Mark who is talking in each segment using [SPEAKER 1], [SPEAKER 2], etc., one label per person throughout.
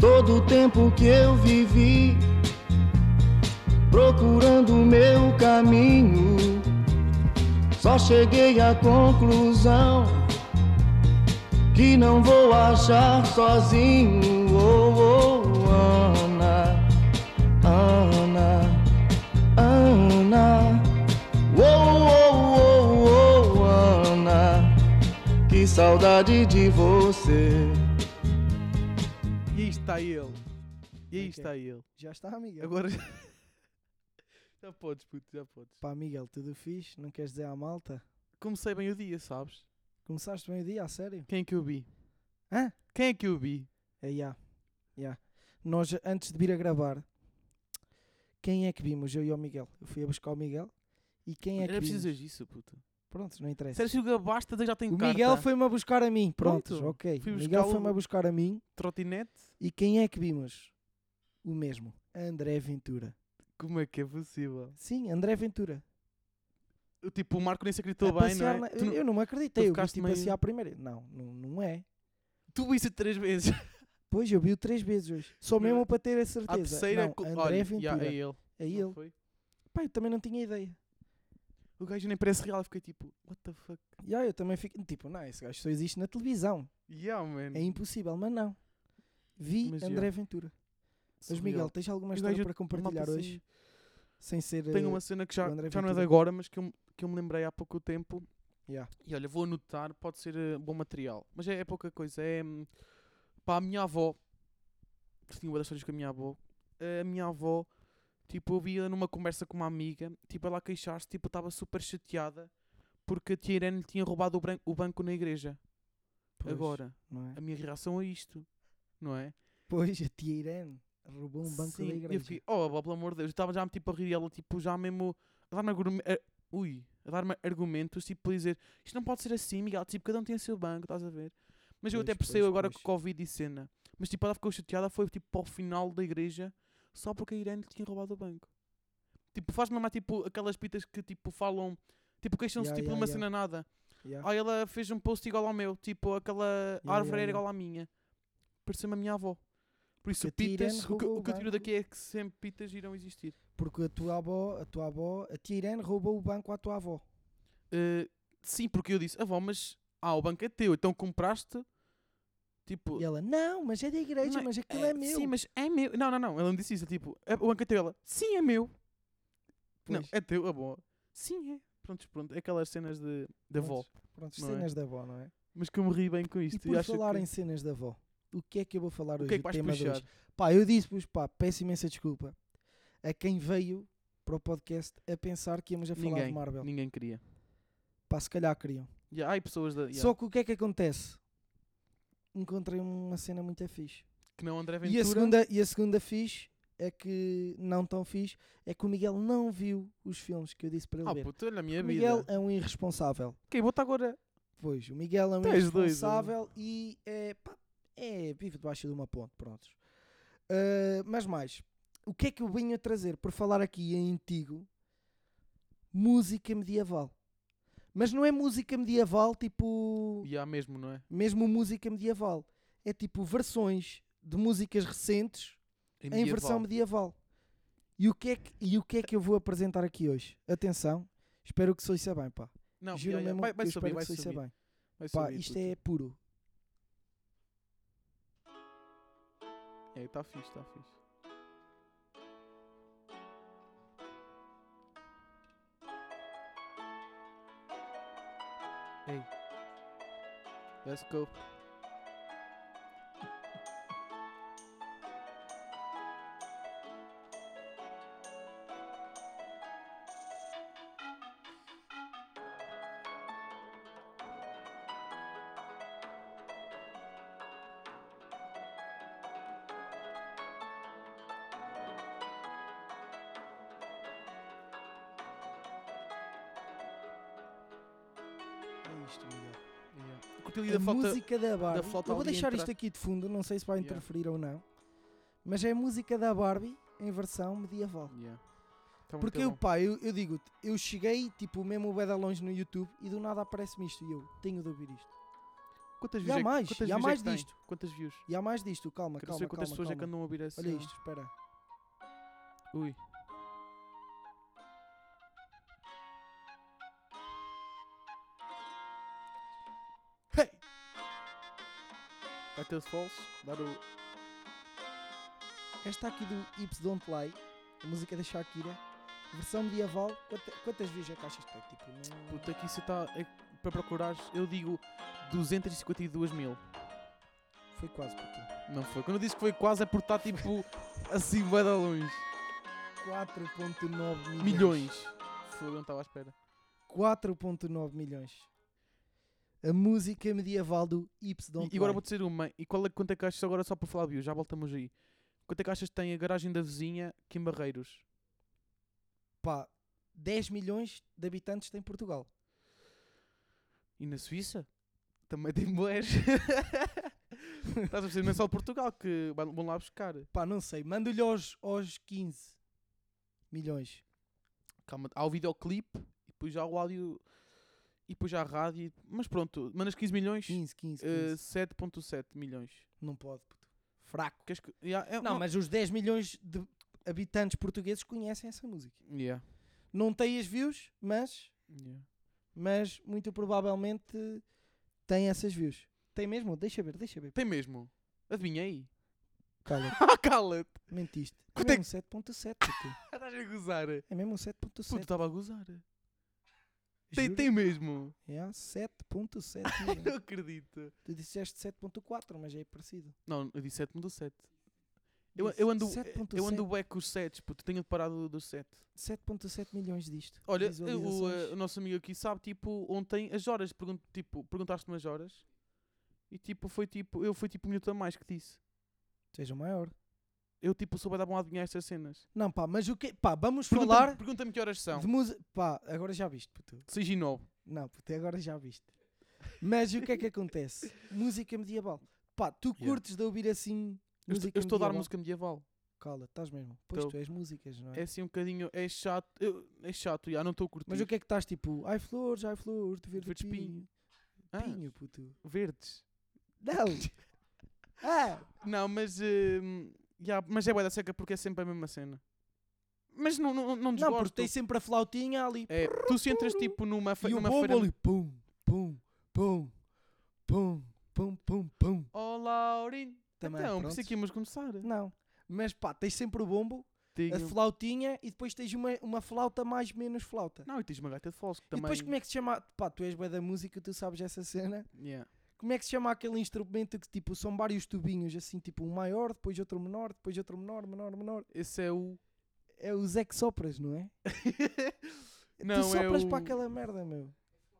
[SPEAKER 1] todo o tempo que eu vivi procurando o meu caminho. Só cheguei à conclusão que não vou achar sozinho. Oh, oh, Ana, Ana, Ana. Oh, oh, oh, oh, Ana, que saudade de você.
[SPEAKER 2] E aí está ele. E aí
[SPEAKER 3] Ok.
[SPEAKER 2] está ele.
[SPEAKER 3] Já está, Miguel.
[SPEAKER 2] Agora. já podes, puto, já podes.
[SPEAKER 3] Pá, Miguel, tudo fixe? Não queres dizer à malta?
[SPEAKER 2] Comecei bem o dia, sabes?
[SPEAKER 3] Começaste bem o dia, a sério?
[SPEAKER 2] Quem é que eu vi?
[SPEAKER 3] Hã?
[SPEAKER 2] Quem é que eu vi?
[SPEAKER 3] É, já. já. Nós, antes de vir a gravar, quem é que vimos? Eu e o Miguel. Eu fui a buscar o Miguel. E quem é que
[SPEAKER 2] Era preciso
[SPEAKER 3] vimos?
[SPEAKER 2] dizer isso, puto.
[SPEAKER 3] Pronto, não interessa.
[SPEAKER 2] Sérgio Gabasta já tem
[SPEAKER 3] O
[SPEAKER 2] carta.
[SPEAKER 3] Miguel foi-me a buscar a mim. Pronto,
[SPEAKER 2] Pronto.
[SPEAKER 3] ok.
[SPEAKER 2] Fui
[SPEAKER 3] O
[SPEAKER 2] buscar
[SPEAKER 3] Miguel
[SPEAKER 2] o-
[SPEAKER 3] foi-me a buscar a mim.
[SPEAKER 2] Trotinete?
[SPEAKER 3] E quem é que vimos? O mesmo. André Ventura.
[SPEAKER 2] Como é que é possível?
[SPEAKER 3] Sim, André Ventura.
[SPEAKER 2] Eu, Tipo, o Marco nem se acreditou
[SPEAKER 3] A
[SPEAKER 2] bem, não
[SPEAKER 3] passear
[SPEAKER 2] é?
[SPEAKER 3] na-
[SPEAKER 2] Tu, não-
[SPEAKER 3] Eu não me acreditei. Eu vi
[SPEAKER 2] ficaste
[SPEAKER 3] tipo
[SPEAKER 2] meio-
[SPEAKER 3] assim à primeira. Não, não, não é.
[SPEAKER 2] tu vi isso três vezes.
[SPEAKER 3] Pois, eu vi-o três vezes hoje. Só mesmo para ter a
[SPEAKER 2] A
[SPEAKER 3] certeza.
[SPEAKER 2] terceira
[SPEAKER 3] não,
[SPEAKER 2] co-
[SPEAKER 3] André
[SPEAKER 2] olha,
[SPEAKER 3] Ventura.
[SPEAKER 2] já, é ele.
[SPEAKER 3] é
[SPEAKER 2] Não
[SPEAKER 3] ele.
[SPEAKER 2] foi?
[SPEAKER 3] Pá, eu também não tinha ideia.
[SPEAKER 2] O gajo nem parece real. Eu fiquei tipo, what the fuck?
[SPEAKER 3] E aí eu também fico... Tipo, não, esse gajo só existe na televisão.
[SPEAKER 2] Yeah, man.
[SPEAKER 3] É impossível, mas não. Vi
[SPEAKER 2] Hum. Mas,
[SPEAKER 3] André Ventura. Mas
[SPEAKER 2] Surreal.
[SPEAKER 3] Miguel, tens alguma
[SPEAKER 2] O
[SPEAKER 3] história
[SPEAKER 2] gajo- a
[SPEAKER 3] para
[SPEAKER 2] malta
[SPEAKER 3] compartilhar
[SPEAKER 2] assim-
[SPEAKER 3] hoje? Sem ser...
[SPEAKER 2] Tenho
[SPEAKER 3] eh,
[SPEAKER 2] uma cena que já,
[SPEAKER 3] o André
[SPEAKER 2] já não é de
[SPEAKER 3] Ventura.
[SPEAKER 2] agora, mas que eu, me- que eu me lembrei há pouco tempo.
[SPEAKER 3] Yeah.
[SPEAKER 2] E olha, vou anotar, pode ser eh, bom material. Mas é, é pouca coisa. É hum, pá, a minha avó. Tinha uma das histórias com a minha avó. eh, A minha avó, tipo, eu vi-a numa conversa com uma amiga, tipo, ela a queixar-se, tipo, estava super chateada porque a tia Irene lhe tinha roubado o, bran- o banco na igreja.
[SPEAKER 3] pois,
[SPEAKER 2] Agora,
[SPEAKER 3] Não é?
[SPEAKER 2] a minha reação é isto, não é?
[SPEAKER 3] Pois, a tia Irene roubou um banco
[SPEAKER 2] Sim,
[SPEAKER 3] da
[SPEAKER 2] e
[SPEAKER 3] igreja.
[SPEAKER 2] Eu fiquei, oh, avó, pelo amor de Deus, eu estava já tipo a rir e ela, tipo, já mesmo a dar-me argum- a- ui, a dar-me argumentos, tipo, a dizer isto não pode ser assim, Miguel, tipo, cada um tem o seu banco, estás a ver? Mas eu
[SPEAKER 3] Pois,
[SPEAKER 2] até percebo
[SPEAKER 3] pois,
[SPEAKER 2] agora
[SPEAKER 3] pois.
[SPEAKER 2] que Covid e cena. Mas tipo, ela ficou chateada, foi tipo para o final da igreja só porque a Irene lhe tinha roubado o banco. Tipo, faz-me lembrar, tipo, aquelas pitas que tipo falam, tipo, queixam-se
[SPEAKER 3] Ya,
[SPEAKER 2] tipo
[SPEAKER 3] ya,
[SPEAKER 2] de uma
[SPEAKER 3] ya.
[SPEAKER 2] cena nada.
[SPEAKER 3] Yeah.
[SPEAKER 2] Ah, ela fez um post igual ao meu, tipo, aquela
[SPEAKER 3] ya,
[SPEAKER 2] árvore era
[SPEAKER 3] ya.
[SPEAKER 2] igual à minha. Pareceu-me a minha avó. Por isso,
[SPEAKER 3] a tia Irene
[SPEAKER 2] pitas, o que,
[SPEAKER 3] roubou
[SPEAKER 2] o que eu
[SPEAKER 3] o
[SPEAKER 2] tiro
[SPEAKER 3] banco.
[SPEAKER 2] daqui é que sempre pitas irão existir.
[SPEAKER 3] Porque a tua avó, a tua avó, a tia Irene roubou o banco à tua avó.
[SPEAKER 2] Eh, sim, porque eu disse, avó, mas ah, o banco é teu, então compraste, tipo...
[SPEAKER 3] E ela, não, mas é da igreja,
[SPEAKER 2] Não,
[SPEAKER 3] mas aquilo
[SPEAKER 2] eh,
[SPEAKER 3] é meu.
[SPEAKER 2] Sim, mas é meu. Não, não, não, ela não disse isso, tipo, "É- o banco é teu, ela, sim, é meu. Não,
[SPEAKER 3] Pois.
[SPEAKER 2] é teu, avó. Sim, é. Pronto, pronto, aquelas cenas de, da avó.
[SPEAKER 3] Prontos, prontos,
[SPEAKER 2] não é?
[SPEAKER 3] cenas da avó, não é?
[SPEAKER 2] Mas que eu me ri bem com isto.
[SPEAKER 3] E por
[SPEAKER 2] acho
[SPEAKER 3] falar
[SPEAKER 2] que-
[SPEAKER 3] em cenas da avó, o que é que eu vou falar
[SPEAKER 2] O
[SPEAKER 3] hoje?
[SPEAKER 2] que é que vais
[SPEAKER 3] tema de
[SPEAKER 2] puxar?
[SPEAKER 3] hoje? Pá, eu disse-vos, pá, peço imensa desculpa a quem veio para o podcast a pensar que íamos a falar de
[SPEAKER 2] Ninguém,
[SPEAKER 3] Marvel.
[SPEAKER 2] ninguém queria.
[SPEAKER 3] Pá, se calhar queriam.
[SPEAKER 2] Ya, há aí pessoas da, ya,
[SPEAKER 3] Só que o que é que acontece? Encontrei uma cena muito fixe.
[SPEAKER 2] que não André Ventura.
[SPEAKER 3] E a, segunda, e a segunda fixe é que, não tão fixe, é que o Miguel não viu os filmes que eu disse para ele
[SPEAKER 2] Ah,
[SPEAKER 3] ver.
[SPEAKER 2] puto, olha a minha
[SPEAKER 3] o Miguel
[SPEAKER 2] vida.
[SPEAKER 3] é um irresponsável.
[SPEAKER 2] Quem vou-te agora?
[SPEAKER 3] Pois, o Miguel é um
[SPEAKER 2] Tens dois,
[SPEAKER 3] irresponsável e é, pá, é, vive debaixo de uma ponte, prontos. Ah, mas mais, o que é que eu venho a trazer por falar aqui em antigo? Música medieval. Mas não é música medieval tipo
[SPEAKER 2] E há mesmo, não é?
[SPEAKER 3] mesmo música medieval. É tipo versões de músicas recentes em versão medieval. E o, que é que, e o que é que eu vou apresentar aqui hoje? Atenção, espero que sois bem, pá.
[SPEAKER 2] Não,
[SPEAKER 3] Juro
[SPEAKER 2] ya, ya,
[SPEAKER 3] mesmo
[SPEAKER 2] vai,
[SPEAKER 3] que
[SPEAKER 2] vai
[SPEAKER 3] eu
[SPEAKER 2] subir,
[SPEAKER 3] espero
[SPEAKER 2] vai
[SPEAKER 3] que sois
[SPEAKER 2] subir.
[SPEAKER 3] bem.
[SPEAKER 2] vai
[SPEAKER 3] Pá,
[SPEAKER 2] subir,
[SPEAKER 3] isto
[SPEAKER 2] puto.
[SPEAKER 3] é puro.
[SPEAKER 2] É, está fixe, está fixe. Ei. Let's go.
[SPEAKER 3] É isto, Miguel.
[SPEAKER 2] Yeah. Curti ali
[SPEAKER 3] A
[SPEAKER 2] da falta.
[SPEAKER 3] música da Barbie.
[SPEAKER 2] flauta
[SPEAKER 3] eu vou
[SPEAKER 2] ali
[SPEAKER 3] deixar
[SPEAKER 2] entrar.
[SPEAKER 3] isto aqui de fundo, não sei se vai
[SPEAKER 2] Yeah.
[SPEAKER 3] interferir ou não. Mas é a música da Barbie em versão medieval.
[SPEAKER 2] Yeah. Tá
[SPEAKER 3] Porque
[SPEAKER 2] muito
[SPEAKER 3] eu,
[SPEAKER 2] bom.
[SPEAKER 3] pá, eu, eu digo-te, eu cheguei tipo mesmo o da longe no YouTube e do nada aparece-me isto e eu tenho de ouvir isto.
[SPEAKER 2] Quantas
[SPEAKER 3] E
[SPEAKER 2] views
[SPEAKER 3] há
[SPEAKER 2] é que-
[SPEAKER 3] mais,
[SPEAKER 2] quantas
[SPEAKER 3] e há
[SPEAKER 2] views é
[SPEAKER 3] mais
[SPEAKER 2] que tem?
[SPEAKER 3] disto.
[SPEAKER 2] Quantas views?
[SPEAKER 3] E há mais disto, calma,
[SPEAKER 2] Quero
[SPEAKER 3] calma,
[SPEAKER 2] saber
[SPEAKER 3] calma,
[SPEAKER 2] quantas pessoas é que
[SPEAKER 3] calma.
[SPEAKER 2] andam a ouvir essa.
[SPEAKER 3] Olha isto, espera.
[SPEAKER 2] Ui. Hey! Vai ter os falls, dar o.
[SPEAKER 3] Esta aqui do Ips Don't Lie, a música da Shakira, versão medieval, quanta- quantas views é que achas que tem? Tipo, não-
[SPEAKER 2] Puta, aqui se está. É, para procurares, eu digo 252 mil.
[SPEAKER 3] Foi quase para ti.
[SPEAKER 2] Não foi. Quando eu disse que foi quase é por estar tipo assim, bué da longe.
[SPEAKER 3] 4.9 milhões.
[SPEAKER 2] Milhões. Foi, eu não estava à espera.
[SPEAKER 3] 4.9 milhões. A música medieval do Ips Don't
[SPEAKER 2] E, e agora
[SPEAKER 3] Lie.
[SPEAKER 2] vou dizer uma. E qual é, quanto é que achas agora só para falar views? Já voltamos aí. Quanto é que achas que tem a garagem da vizinha aqui em Barreiros?
[SPEAKER 3] Pá, 10 milhões de habitantes tem Portugal.
[SPEAKER 2] E na Suíça? Também tem boés. Estás a perceber? Não é só de Portugal que vai- vão lá buscar.
[SPEAKER 3] Pá, não sei, mando-lhe aos, aos 15 milhões.
[SPEAKER 2] Calma, há o videoclipe, e depois já há o áudio, e depois já há a rádio. Mas pronto, mandas 15 milhões,
[SPEAKER 3] 15, 15, 15.
[SPEAKER 2] eh, 7.7 milhões.
[SPEAKER 3] Não pode, puto. Fraco.
[SPEAKER 2] Queres que... Ya, é-
[SPEAKER 3] Não, mas os 10 milhões de habitantes portugueses conhecem essa música.
[SPEAKER 2] Ya,
[SPEAKER 3] Não tem as views, mas,
[SPEAKER 2] ya.
[SPEAKER 3] mas muito provavelmente tem essas views. Tem mesmo? Deixa ver, deixa ver.
[SPEAKER 2] Tem mesmo. Adivinhei.
[SPEAKER 3] Cala,
[SPEAKER 2] Ah, cala-te.
[SPEAKER 3] mentiste. É
[SPEAKER 2] Quanto é
[SPEAKER 3] mesmo um 7.7. puto.
[SPEAKER 2] Estás a gozar.
[SPEAKER 3] É mesmo um
[SPEAKER 2] Puto,
[SPEAKER 3] 7.7.
[SPEAKER 2] estava a gozar. Tem,
[SPEAKER 3] Juro.
[SPEAKER 2] tem mesmo.
[SPEAKER 3] É,
[SPEAKER 2] Não
[SPEAKER 3] 7.7. milhões.
[SPEAKER 2] acredito.
[SPEAKER 3] tu disseste 7.4, mas é parecido.
[SPEAKER 2] Não, eu disse 7.7. Eu,
[SPEAKER 3] Disse
[SPEAKER 2] eu ando,
[SPEAKER 3] 7.7.
[SPEAKER 2] eu ando bué com os 7, puto. Tenho parado dos 7.
[SPEAKER 3] 7.7 milhões disto.
[SPEAKER 2] Olha, o,
[SPEAKER 3] Visualizações.
[SPEAKER 2] eh, o nosso amigo aqui sabe, tipo, ontem as horas, pergun tipo, perguntaste-me as horas e tipo, foi tipo, eu fui tipo um minuto a mais que disse.
[SPEAKER 3] Seja maior.
[SPEAKER 2] Eu tipo soube dar bom adivinhar estas cenas.
[SPEAKER 3] Não, pá, mas o que. Pá, vamos
[SPEAKER 2] Pergunta-me-
[SPEAKER 3] falar
[SPEAKER 2] Pergunta-me que horas são.
[SPEAKER 3] de música. Pá, agora já viste, puto.
[SPEAKER 2] 6 e 9.
[SPEAKER 3] Não, puto, é agora já viste. Mas o que é que acontece? música medieval. Pá, tu
[SPEAKER 2] Yeah.
[SPEAKER 3] curtes de ouvir assim.
[SPEAKER 2] Eu, estou-
[SPEAKER 3] Música
[SPEAKER 2] eu estou a dar
[SPEAKER 3] medieval?
[SPEAKER 2] música medieval.
[SPEAKER 3] Cala, estás mesmo. Pois
[SPEAKER 2] Estou.
[SPEAKER 3] tu és músicas, não é?
[SPEAKER 2] É assim um bocadinho, é chato, eu- é chato, já não estou a curtir.
[SPEAKER 3] Mas o que é que estás tipo? Ai flores, ai flores, de verde
[SPEAKER 2] Verde
[SPEAKER 3] pinho.
[SPEAKER 2] espinho. Ah,
[SPEAKER 3] Pinho, puto.
[SPEAKER 2] verdes.
[SPEAKER 3] Não! ah!
[SPEAKER 2] Não, mas, hum, já, mas é bué da seca porque é sempre a mesma cena. Mas não, não, não
[SPEAKER 3] Não,
[SPEAKER 2] desgosto.
[SPEAKER 3] porque tem sempre a flautinha ali.
[SPEAKER 2] É, tu se entras tipo numa, fe
[SPEAKER 3] e o
[SPEAKER 2] numa
[SPEAKER 3] bombo
[SPEAKER 2] feira...
[SPEAKER 3] ali. Pum, pum, pum, pum, pum, pum, pum.
[SPEAKER 2] Oh, Laurin.
[SPEAKER 3] Também,
[SPEAKER 2] então,
[SPEAKER 3] prontos.
[SPEAKER 2] pensei que íamos começar.
[SPEAKER 3] Não. é Mas pá, tens sempre o bombo, a
[SPEAKER 2] Tinha.
[SPEAKER 3] flautinha e depois tens uma, uma flauta mais menos flauta.
[SPEAKER 2] Não, e tens uma gaita de falso que
[SPEAKER 3] E
[SPEAKER 2] também.
[SPEAKER 3] depois como é que se chama? Pá, tu és bué da música, tu sabes essa cena.
[SPEAKER 2] Yeah.
[SPEAKER 3] Como é que se chama aquele instrumento que tipo são vários tubinhos assim, tipo um maior, depois outro menor, depois outro menor, menor, menor.
[SPEAKER 2] Esse é o.
[SPEAKER 3] É os é que sopras, não é?
[SPEAKER 2] Não,
[SPEAKER 3] tu sopras
[SPEAKER 2] é o...
[SPEAKER 3] para aquela merda, meu.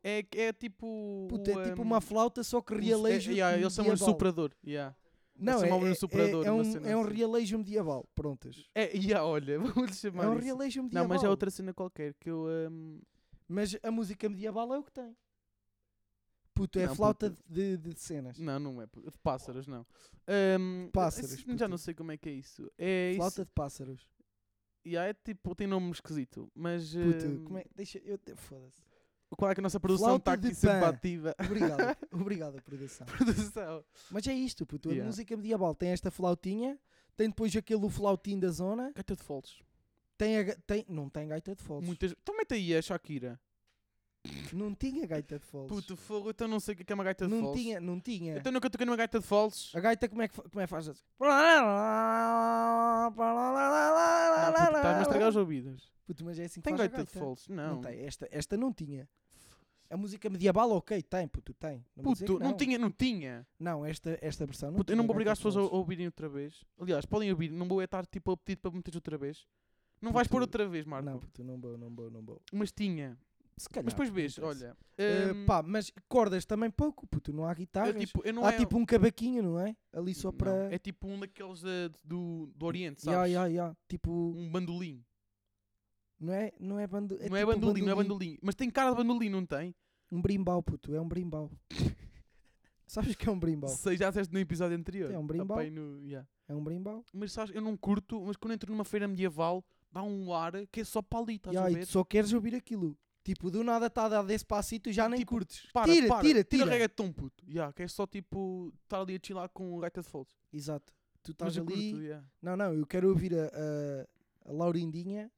[SPEAKER 2] É, é tipo.
[SPEAKER 3] Puta, é tipo
[SPEAKER 2] um,
[SPEAKER 3] uma flauta só que
[SPEAKER 2] um-
[SPEAKER 3] realejo.
[SPEAKER 2] É, yeah, eles são um
[SPEAKER 3] medieval.
[SPEAKER 2] soprador. Yeah.
[SPEAKER 3] Não, é,
[SPEAKER 2] chamam-lhe um
[SPEAKER 3] é,
[SPEAKER 2] soprador,
[SPEAKER 3] é, é
[SPEAKER 2] uma
[SPEAKER 3] um,
[SPEAKER 2] cena
[SPEAKER 3] é um
[SPEAKER 2] assim.
[SPEAKER 3] realejo medieval. Prontas.
[SPEAKER 2] É, yeah, olha, vamos chamar.
[SPEAKER 3] É um
[SPEAKER 2] isso.
[SPEAKER 3] realejo medieval.
[SPEAKER 2] Não, mas é outra cena qualquer que eu. hum,
[SPEAKER 3] Mas a música medieval é o que tem. Puto, é
[SPEAKER 2] Não,
[SPEAKER 3] flauta
[SPEAKER 2] puto.
[SPEAKER 3] De, de cenas.
[SPEAKER 2] Não, não é. De pássaros, não. Hum,
[SPEAKER 3] Pássaros,
[SPEAKER 2] esse-
[SPEAKER 3] puta.
[SPEAKER 2] Já não sei como é que é isso. É
[SPEAKER 3] flauta
[SPEAKER 2] isso.
[SPEAKER 3] de pássaros.
[SPEAKER 2] Yeah, é tipo, tem nome esquisito. Mas.
[SPEAKER 3] Puto,
[SPEAKER 2] hum,
[SPEAKER 3] como é. Deixa. Eu. te- Foda-se.
[SPEAKER 2] Qual é que a nossa produção está
[SPEAKER 3] Flauta de
[SPEAKER 2] aqui sempre
[SPEAKER 3] Pan.
[SPEAKER 2] ativa?
[SPEAKER 3] Obrigado. obrigado, produção.
[SPEAKER 2] produção.
[SPEAKER 3] Mas é isto, puto.
[SPEAKER 2] Yeah.
[SPEAKER 3] A música medieval tem esta flautinha, tem depois aquele flautim da zona,
[SPEAKER 2] Gaita de falsos.
[SPEAKER 3] tem a ga- tem, não tem gaita de foles.
[SPEAKER 2] Muitas. Então mete aí a Shakira.
[SPEAKER 3] Não tinha gaita de foles.
[SPEAKER 2] Puto fogo, então não sei o que é uma gaita de
[SPEAKER 3] não
[SPEAKER 2] falsos.
[SPEAKER 3] tinha, não tinha.
[SPEAKER 2] Então nunca toquei numa gaita de falsos.
[SPEAKER 3] A gaita como é que, fa- como é que faz assim?
[SPEAKER 2] Não, puto, estás-me a estragar os ouvidos.
[SPEAKER 3] Puto, mas é assim que
[SPEAKER 2] Tem
[SPEAKER 3] faz a
[SPEAKER 2] gaita, de falsos? Não.
[SPEAKER 3] Não tem. Esta, esta não tinha. A música medieval, ok, tem, puto, tem. Não vou dizer
[SPEAKER 2] Puto,
[SPEAKER 3] que
[SPEAKER 2] não. tinha, não tinha.
[SPEAKER 3] Não, esta, esta versão não
[SPEAKER 2] Puto, eu não
[SPEAKER 3] tinha
[SPEAKER 2] vou obrigar as
[SPEAKER 3] gaita de
[SPEAKER 2] pessoas a
[SPEAKER 3] foles.
[SPEAKER 2] a ouvirem outra vez. Aliás, podem ouvir, não vou é estar tipo a pedir para meteres outra vez. Não
[SPEAKER 3] Puto,
[SPEAKER 2] vais pôr outra vez, Marco.
[SPEAKER 3] Não, puto, não vou, não vou, não vou.
[SPEAKER 2] Mas tinha.
[SPEAKER 3] Se calhar.
[SPEAKER 2] Mas depois
[SPEAKER 3] não
[SPEAKER 2] vês,
[SPEAKER 3] interessa.
[SPEAKER 2] olha.
[SPEAKER 3] Eh,
[SPEAKER 2] hum,
[SPEAKER 3] pá, mas cordas também pouco, puto, não há
[SPEAKER 2] eu,
[SPEAKER 3] guitarras.
[SPEAKER 2] tipo, eu não
[SPEAKER 3] há
[SPEAKER 2] é,
[SPEAKER 3] tipo um cabaquinho, não é? Ali só
[SPEAKER 2] não,
[SPEAKER 3] para.
[SPEAKER 2] É tipo um daqueles eh, do, do Oriente, sabes?
[SPEAKER 3] Ya, ya, ya. Tipo,
[SPEAKER 2] Um bandolim.
[SPEAKER 3] não é, não é, bando,
[SPEAKER 2] não é
[SPEAKER 3] tipo um
[SPEAKER 2] bandolim, não é bandolim. Mas tem cara de bandolim, não tem?
[SPEAKER 3] Um brimbal, puto, é um brimbal. Sabes que é um brimbal?
[SPEAKER 2] Sei, já disseste no episódio anterior.
[SPEAKER 3] É um brimbal.
[SPEAKER 2] Apai no- yeah.
[SPEAKER 3] É um brimbal.
[SPEAKER 2] mas sabes, eu não curto, mas quando entro numa feira medieval, dá um ar que é só para ali, estás
[SPEAKER 3] Ya,
[SPEAKER 2] a
[SPEAKER 3] e
[SPEAKER 2] ver?
[SPEAKER 3] tu só queres ouvir aquilo. Tipo, do nada está a dar desse passito e já nem
[SPEAKER 2] Tipo,
[SPEAKER 3] curtes.
[SPEAKER 2] Para,
[SPEAKER 3] tira,
[SPEAKER 2] para,
[SPEAKER 3] tira,
[SPEAKER 2] tira.
[SPEAKER 3] tira,
[SPEAKER 2] reggaeton, puto. Yeah, que é só tipo estar ali a chilar com o Gaita de Folds.
[SPEAKER 3] Exato. Tu
[SPEAKER 2] Mas
[SPEAKER 3] estás
[SPEAKER 2] eu
[SPEAKER 3] ali.
[SPEAKER 2] curto, yeah.
[SPEAKER 3] Não, não, eu quero ouvir a, a, a Laurindinha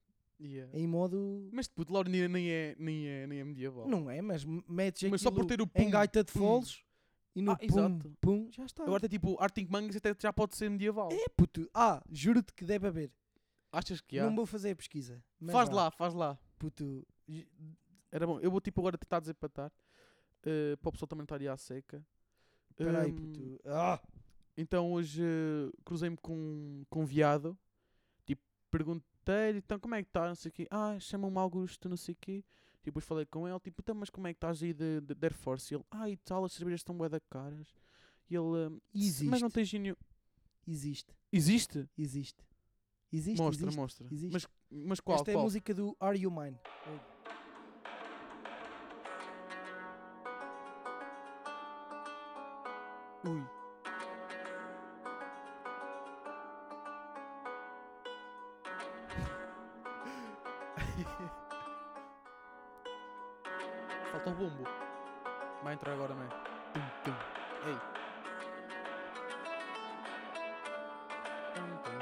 [SPEAKER 2] Yeah.
[SPEAKER 3] em modo.
[SPEAKER 2] Mas puto, Laurina nem é, nem é, nem é medieval.
[SPEAKER 3] Não é, mas metes aquilo
[SPEAKER 2] Mas só por ter o
[SPEAKER 3] em
[SPEAKER 2] pum,
[SPEAKER 3] gaita de
[SPEAKER 2] pum.
[SPEAKER 3] foles e no
[SPEAKER 2] Ah,
[SPEAKER 3] pum,
[SPEAKER 2] exato.
[SPEAKER 3] pum, já está.
[SPEAKER 2] Agora tem tipo Arctic Monkeys até já pode ser medieval.
[SPEAKER 3] É puto. Ah, juro-te que deve haver.
[SPEAKER 2] Achas que há?
[SPEAKER 3] Não vou fazer a pesquisa. mas
[SPEAKER 2] Faz
[SPEAKER 3] vá,
[SPEAKER 2] lá, faz lá.
[SPEAKER 3] Puto. j-
[SPEAKER 2] Era bom. Eu vou tipo agora tentar desempatar. eh, para o pessoal também estar aí à seca.
[SPEAKER 3] Espera aí,
[SPEAKER 2] Hum,
[SPEAKER 3] puto. Ah,
[SPEAKER 2] Então hoje eh, cruzei-me com, com um viado. Tipo, perguntei-lhe, então como é que está? Não sei o quê. Ah, chama-me Augusto, não sei o quê. Tipo, depois falei com ele, tipo, então, mas como é que estás aí de, de, de Air Force? E ele, ah, e tal, as cervejas estão bué da caras. E ele, "Hum,
[SPEAKER 3] existe.
[SPEAKER 2] mas não tens nenhum...
[SPEAKER 3] Existe.
[SPEAKER 2] Existe?
[SPEAKER 3] Existe. Existe.
[SPEAKER 2] mostra,
[SPEAKER 3] existe.
[SPEAKER 2] mostra.
[SPEAKER 3] existe.
[SPEAKER 2] Mas, mas qual,
[SPEAKER 3] Esta é
[SPEAKER 2] qual?
[SPEAKER 3] a música do Are You Mine?
[SPEAKER 2] Ui. Falta o bombo. Vai entrar agora, não é? Tum, tum. Ei. Tum, tum.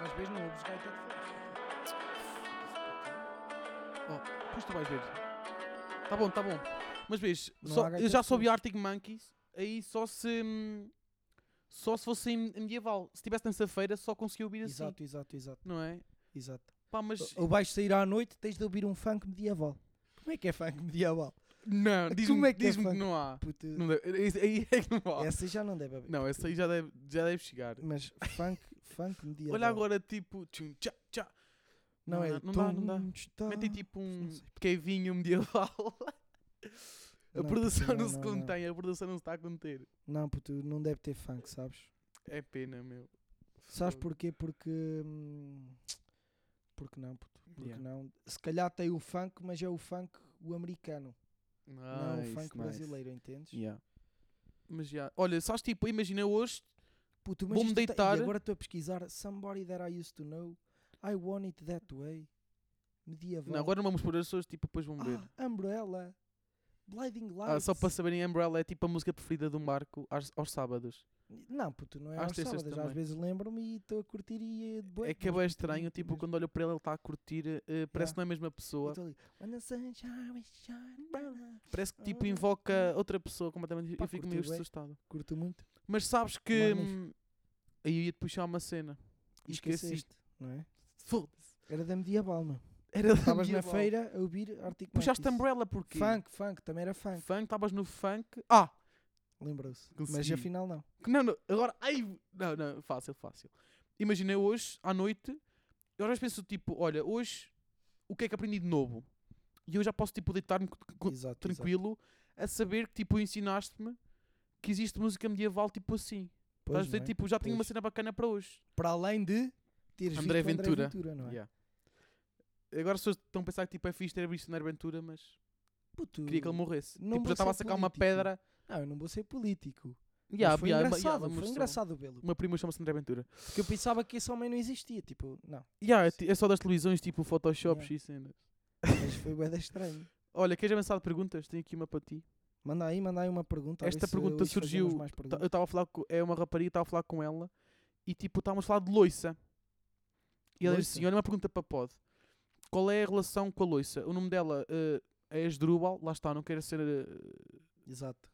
[SPEAKER 3] Mas vês, não ouves gaita de foles.
[SPEAKER 2] Depois Oh, tu vais ver. Tá bom, tá bom. Mas vês,
[SPEAKER 3] Não
[SPEAKER 2] só-
[SPEAKER 3] há gaita
[SPEAKER 2] eu já
[SPEAKER 3] de
[SPEAKER 2] soube Arctic Monkeys, aí só se. hum, Só se fosse em em medieval. Se tivesse terça-feira, só conseguia ouvir assim.
[SPEAKER 3] Exato, Oh, exato, exato,
[SPEAKER 2] Não é?
[SPEAKER 3] exato.
[SPEAKER 2] Pá, mas.
[SPEAKER 3] Ou vais sair à noite, tens de ouvir um funk medieval. Como é que é funk medieval?
[SPEAKER 2] Não, diz-me
[SPEAKER 3] Como é que é
[SPEAKER 2] diz-me que
[SPEAKER 3] funk?
[SPEAKER 2] não há.
[SPEAKER 3] Puto,
[SPEAKER 2] Não deve, esse- aí é que não há.
[SPEAKER 3] essa é já não deve haver.
[SPEAKER 2] Não, essa aí já deve, já deve chegar.
[SPEAKER 3] Mas funk, funk medieval.
[SPEAKER 2] Olha agora, tipo. Tchum, tchá, tchá.
[SPEAKER 3] Não,
[SPEAKER 2] Não,
[SPEAKER 3] é
[SPEAKER 2] não,
[SPEAKER 3] do
[SPEAKER 2] não dá, não dá.
[SPEAKER 3] tum, tchá.
[SPEAKER 2] Metem tipo um
[SPEAKER 3] Ah, sei.
[SPEAKER 2] cavinho medieval. A
[SPEAKER 3] Não,
[SPEAKER 2] produção
[SPEAKER 3] puto,
[SPEAKER 2] não,
[SPEAKER 3] não,
[SPEAKER 2] se
[SPEAKER 3] não, não.
[SPEAKER 2] contém, a produção não se está a conter.
[SPEAKER 3] Não, puto, não deve ter funk, sabes?
[SPEAKER 2] É pena, meu.
[SPEAKER 3] Sabes
[SPEAKER 2] Fogo.
[SPEAKER 3] porquê? Porque. hum, Porque não, puto. Porque
[SPEAKER 2] Yeah.
[SPEAKER 3] não. Se calhar tem o funk, mas é o funk o americano. não é o
[SPEAKER 2] Ah, Nice,
[SPEAKER 3] funk
[SPEAKER 2] nice.
[SPEAKER 3] brasileiro, entendes?
[SPEAKER 2] Yeah. Mas já. Olha, sabes tipo, imagina hoje.
[SPEAKER 3] Puto, mas
[SPEAKER 2] Vou-me
[SPEAKER 3] isto tem-
[SPEAKER 2] deitar.
[SPEAKER 3] E agora estou a pesquisar Somebody That I Used to Know. I Want It That Way. Medieval.
[SPEAKER 2] Não, agora não vamos pôr as pessoas, tipo, depois vão ver.
[SPEAKER 3] Ah, Umbrella. Blinding Lights.
[SPEAKER 2] Ah, só para saberem, Umbrella é tipo a música preferida do Marco aos, aos sábados.
[SPEAKER 3] Não, puto, não é
[SPEAKER 2] Às
[SPEAKER 3] aos
[SPEAKER 2] terças
[SPEAKER 3] sábados. Às
[SPEAKER 2] Ah, também.
[SPEAKER 3] vezes lembro-me e estou a curtir e é de boa.
[SPEAKER 2] é que é bem estranho, tipo, quando olho para ele, ele está a curtir, eh, parece
[SPEAKER 3] Yeah.
[SPEAKER 2] que não é a mesma pessoa.
[SPEAKER 3] When the sunshine will shine,
[SPEAKER 2] Hum.
[SPEAKER 3] brother.
[SPEAKER 2] Parece que tipo
[SPEAKER 3] Ah,
[SPEAKER 2] invoca outra pessoa completamente.
[SPEAKER 3] Pá,
[SPEAKER 2] eu fico
[SPEAKER 3] curto
[SPEAKER 2] meio
[SPEAKER 3] bué. é
[SPEAKER 2] assustado.
[SPEAKER 3] Curto muito.
[SPEAKER 2] Mas sabes que.
[SPEAKER 3] Magnífico.
[SPEAKER 2] hum, Aí eu ia te puxar uma cena.
[SPEAKER 3] E
[SPEAKER 2] E esqueci.
[SPEAKER 3] esqueceste, não é?
[SPEAKER 2] Foda-se.
[SPEAKER 3] Era da medieval, meu.
[SPEAKER 2] Era da
[SPEAKER 3] Estavas na
[SPEAKER 2] medieval.
[SPEAKER 3] feira a ouvir Arctic
[SPEAKER 2] Puxaste
[SPEAKER 3] Monkeys.
[SPEAKER 2] Umbrella porque.
[SPEAKER 3] Funk, funk, também era funk.
[SPEAKER 2] Funk, estavas no funk. Ah!
[SPEAKER 3] Lembrou-se. Mas
[SPEAKER 2] Consegui.
[SPEAKER 3] afinal não.
[SPEAKER 2] Não, não, agora. Ai! Não, não, fácil, fácil. Imagina eu hoje, à noite, eu às vezes penso tipo, olha, hoje o que é que aprendi de novo? E eu já posso tipo deitar-me co- co-
[SPEAKER 3] Exato, exato.
[SPEAKER 2] tranquilo a saber que tipo ensinaste-me que existe música medieval tipo assim.
[SPEAKER 3] Pois,
[SPEAKER 2] Estás a dizer,
[SPEAKER 3] não é?
[SPEAKER 2] tipo, já tenho uma
[SPEAKER 3] Pois.
[SPEAKER 2] cena bacana para hoje.
[SPEAKER 3] Para além de teres
[SPEAKER 2] André
[SPEAKER 3] visto o
[SPEAKER 2] Ventura.
[SPEAKER 3] André Ventura, não é?
[SPEAKER 2] Yeah. Agora as pessoas estão a pensar que tipo, é fixe ter visto o André Ventura, mas
[SPEAKER 3] Puto,
[SPEAKER 2] queria que ele morresse.
[SPEAKER 3] Hum, não
[SPEAKER 2] tipo,
[SPEAKER 3] vou
[SPEAKER 2] já estava a
[SPEAKER 3] ser
[SPEAKER 2] sacar uma
[SPEAKER 3] político.
[SPEAKER 2] pedra.
[SPEAKER 3] Ah, eu não vou ser político.
[SPEAKER 2] Yeah,
[SPEAKER 3] Mas foi
[SPEAKER 2] yeah, uma- yeah,
[SPEAKER 3] engraçado,
[SPEAKER 2] uma
[SPEAKER 3] foi
[SPEAKER 2] pessoa-
[SPEAKER 3] engraçado vê-lo.
[SPEAKER 2] Uma prima chama-se André Ventura.
[SPEAKER 3] Porque eu pensava que esse homem não existia. Tipo, não.
[SPEAKER 2] Yeah, é ti- é só das televisões, tipo Photoshop
[SPEAKER 3] Yeah.
[SPEAKER 2] e cenas.
[SPEAKER 3] Mas foi bem estranho.
[SPEAKER 2] Olha, queres avançar de perguntas? Tenho aqui uma para ti.
[SPEAKER 3] Manda aí, manda aí uma pergunta. a
[SPEAKER 2] Esta
[SPEAKER 3] ver se
[SPEAKER 2] pergunta
[SPEAKER 3] hoje fazemos
[SPEAKER 2] surgiu-
[SPEAKER 3] Mais
[SPEAKER 2] Ta-
[SPEAKER 3] perguntas.
[SPEAKER 2] Tá, Eu estava a falar com. É uma rapariga, estava a falar com ela e tipo, estávamos a falar de loiça. E ela
[SPEAKER 3] Loiça?
[SPEAKER 2] disse assim: Olha, uma pergunta para Pod. Qual é a relação com a loiça? O nome dela eh, é Asdrúbal, lá está, não quero ser eh,
[SPEAKER 3] Exato.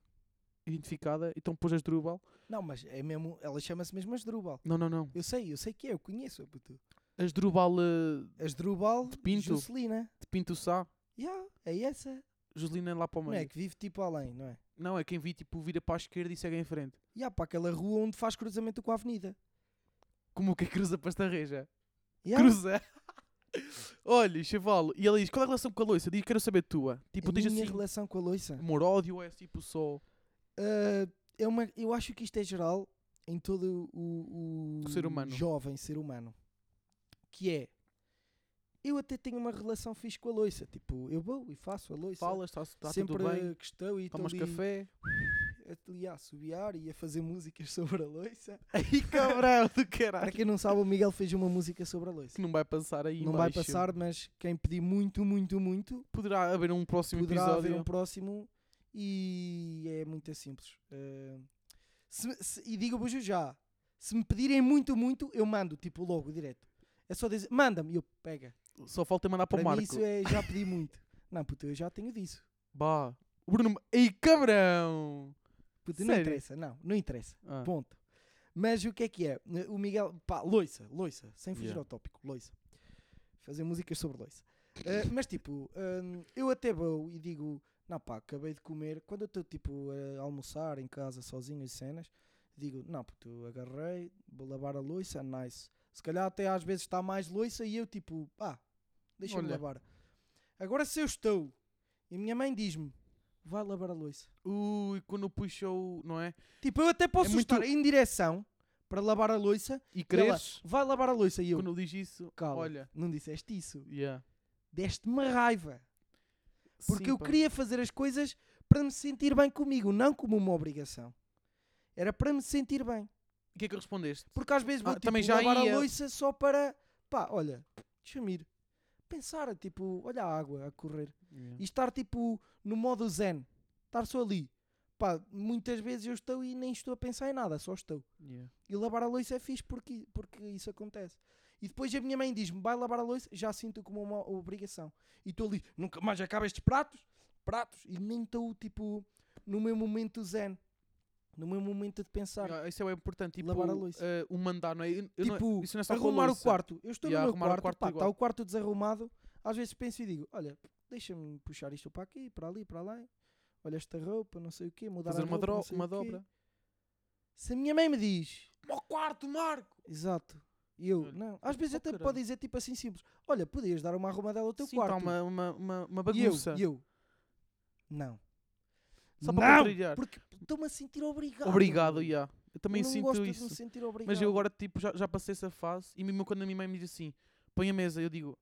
[SPEAKER 2] identificada, então pôs Asdrúbal.
[SPEAKER 3] Não, mas é mesmo. Ela chama-se mesmo Asdrubal.
[SPEAKER 2] Não, não, não.
[SPEAKER 3] Eu sei, eu sei que é, eu conheço. Puto.
[SPEAKER 2] Asdrúbal eh,
[SPEAKER 3] Asdrubal
[SPEAKER 2] De Pinto.
[SPEAKER 3] Juscelina.
[SPEAKER 2] de Pinto Sá,
[SPEAKER 3] Yeah, é essa.
[SPEAKER 2] Joselina lá para o
[SPEAKER 3] Não é
[SPEAKER 2] meio.
[SPEAKER 3] que vive tipo além, não é?
[SPEAKER 2] Não, é quem vi tipo vira para a esquerda e segue em frente.
[SPEAKER 3] E há para aquela rua onde faz cruzamento com a avenida.
[SPEAKER 2] Como que cruza para esta reja?
[SPEAKER 3] Yeah.
[SPEAKER 2] Cruza! Olha, chavalo, e ela diz: Qual é a relação com a loiça? Diz: Quero saber tua. Tipo,
[SPEAKER 3] a
[SPEAKER 2] diz
[SPEAKER 3] minha
[SPEAKER 2] assim:
[SPEAKER 3] relação com a loiça.
[SPEAKER 2] amor-ódio é tipo só.
[SPEAKER 3] Ah, é uma, eu acho que isto é geral em todo o,
[SPEAKER 2] O ser humano.
[SPEAKER 3] jovem ser humano. Que é, eu até tenho uma relação fixe com a loiça. Tipo, eu vou e faço a loiça.
[SPEAKER 2] Falas, está tá tudo
[SPEAKER 3] Sempre
[SPEAKER 2] bem.
[SPEAKER 3] que estou e estou
[SPEAKER 2] Tomas
[SPEAKER 3] ali
[SPEAKER 2] café.
[SPEAKER 3] aliás, subiar e a fazer músicas sobre a loiça.
[SPEAKER 2] Aí cabrão do
[SPEAKER 3] Para
[SPEAKER 2] caralho.
[SPEAKER 3] quem não sabe, o Miguel fez uma música sobre a loiça.
[SPEAKER 2] Que não vai passar aí
[SPEAKER 3] Não vai
[SPEAKER 2] embaixo.
[SPEAKER 3] passar, mas quem pedir muito, muito, muito,
[SPEAKER 2] Poderá haver um próximo
[SPEAKER 3] poderá
[SPEAKER 2] episódio.
[SPEAKER 3] haver um próximo e é muito simples. Eh, se- se- e digo-vos já, se me pedirem muito, muito, eu mando, tipo, logo, direto. É só dizer, manda-me e eu pega.
[SPEAKER 2] Só falta mandar para,
[SPEAKER 3] Para
[SPEAKER 2] o Marco.
[SPEAKER 3] mim isso é já pedi muito. Não, puto, eu já tenho disso.
[SPEAKER 2] Bah. O Bruno. Ei, cabrão!
[SPEAKER 3] Puto, não
[SPEAKER 2] Sério?
[SPEAKER 3] interessa, não, não interessa.
[SPEAKER 2] Ah,
[SPEAKER 3] Ponto. Mas o que é que é? O Miguel, pá, loiça, loiça, sem fugir
[SPEAKER 2] Yeah.
[SPEAKER 3] ao tópico, loiça. Fazer músicas sobre loiça. Eh, mas tipo, hum, eu até vou e digo, não pá, acabei de comer. Quando eu estou tipo a almoçar em casa sozinho e cenas, digo, não, puto, agarrei, vou lavar a loiça, nice. Se calhar até às vezes está mais loiça e eu tipo, pá, deixa-me
[SPEAKER 2] Olha.
[SPEAKER 3] lavar. Agora se eu estou e a minha mãe diz-me, vai lavar a loiça.
[SPEAKER 2] Ui, quando puxou, não é?
[SPEAKER 3] Tipo, eu até posso
[SPEAKER 2] muito-
[SPEAKER 3] estar em direção para lavar a loiça
[SPEAKER 2] E
[SPEAKER 3] ela,
[SPEAKER 2] cresces.
[SPEAKER 3] vai lavar a louça e eu.
[SPEAKER 2] Quando diz isso,
[SPEAKER 3] Cala,
[SPEAKER 2] olha.
[SPEAKER 3] não disseste isso.
[SPEAKER 2] Yeah.
[SPEAKER 3] Deste-me uma raiva. Porque
[SPEAKER 2] Sim,
[SPEAKER 3] eu
[SPEAKER 2] pá.
[SPEAKER 3] queria fazer as coisas para me sentir bem comigo, não como uma obrigação. Era para me sentir bem.
[SPEAKER 2] O que é que respondeste?
[SPEAKER 3] Porque às vezes vou
[SPEAKER 2] Ah,
[SPEAKER 3] tipo,
[SPEAKER 2] também já
[SPEAKER 3] lavar
[SPEAKER 2] ia.
[SPEAKER 3] a louça só para. pá, olha, deixa-me ir. Pensar, tipo, olha a água a correr.
[SPEAKER 2] Yeah.
[SPEAKER 3] E estar tipo no modo zen. Estar só ali. Pá, muitas vezes eu estou e nem estou a pensar em nada, só estou.
[SPEAKER 2] Yeah.
[SPEAKER 3] E lavar a louça é fixe porque, porque isso acontece. E depois a minha mãe diz-me: vai lavar a louça, já sinto como uma obrigação. E estou ali, nunca mais acaba estes pratos, pratos, e nem estou tipo no meu momento zen, no meu momento de pensar.
[SPEAKER 2] Yeah, isso é bem importante. Tipo,
[SPEAKER 3] Lavar a louça.
[SPEAKER 2] eh, o mandar, não é? Eu- eu não-
[SPEAKER 3] tipo,
[SPEAKER 2] isso não é só com a
[SPEAKER 3] arrumar o
[SPEAKER 2] louça.
[SPEAKER 3] quarto. Eu estou
[SPEAKER 2] Yeah,
[SPEAKER 3] no
[SPEAKER 2] arrumar o
[SPEAKER 3] meu quarto,
[SPEAKER 2] quarto
[SPEAKER 3] pá,
[SPEAKER 2] igual.
[SPEAKER 3] está o quarto desarrumado. Às vezes penso e digo: olha, deixa-me puxar isto para aqui, para ali, para lá. Olha esta roupa, não sei o quê, mudar
[SPEAKER 2] Fazer
[SPEAKER 3] a
[SPEAKER 2] uma,
[SPEAKER 3] roupa, não
[SPEAKER 2] dro-
[SPEAKER 3] sei o
[SPEAKER 2] uma
[SPEAKER 3] quê."
[SPEAKER 2] dobra.
[SPEAKER 3] Se a minha mãe me diz:
[SPEAKER 2] Meu quarto, Marco!
[SPEAKER 3] Exato. E eu,
[SPEAKER 2] Olha,
[SPEAKER 3] não. Às vezes
[SPEAKER 2] oh,
[SPEAKER 3] até
[SPEAKER 2] caralho.
[SPEAKER 3] pode dizer tipo assim simples: Olha, podias dar uma arrumadela ao teu
[SPEAKER 2] Sim, tá
[SPEAKER 3] quarto.
[SPEAKER 2] uma, uma, uma, uma
[SPEAKER 3] E eu,
[SPEAKER 2] bagunça.
[SPEAKER 3] e eu, não.
[SPEAKER 2] Só para
[SPEAKER 3] não,
[SPEAKER 2] contrariar.
[SPEAKER 3] porque estou-me a sentir obrigado.
[SPEAKER 2] Obrigado,
[SPEAKER 3] meu.
[SPEAKER 2] yeah. Eu
[SPEAKER 3] Eu
[SPEAKER 2] também
[SPEAKER 3] não
[SPEAKER 2] sinto
[SPEAKER 3] gosto de
[SPEAKER 2] isso.
[SPEAKER 3] me sentir obrigado.
[SPEAKER 2] Mas eu agora tipo, já, já passei essa fase e mesmo quando a minha mãe me diz assim, põe a mesa, eu digo,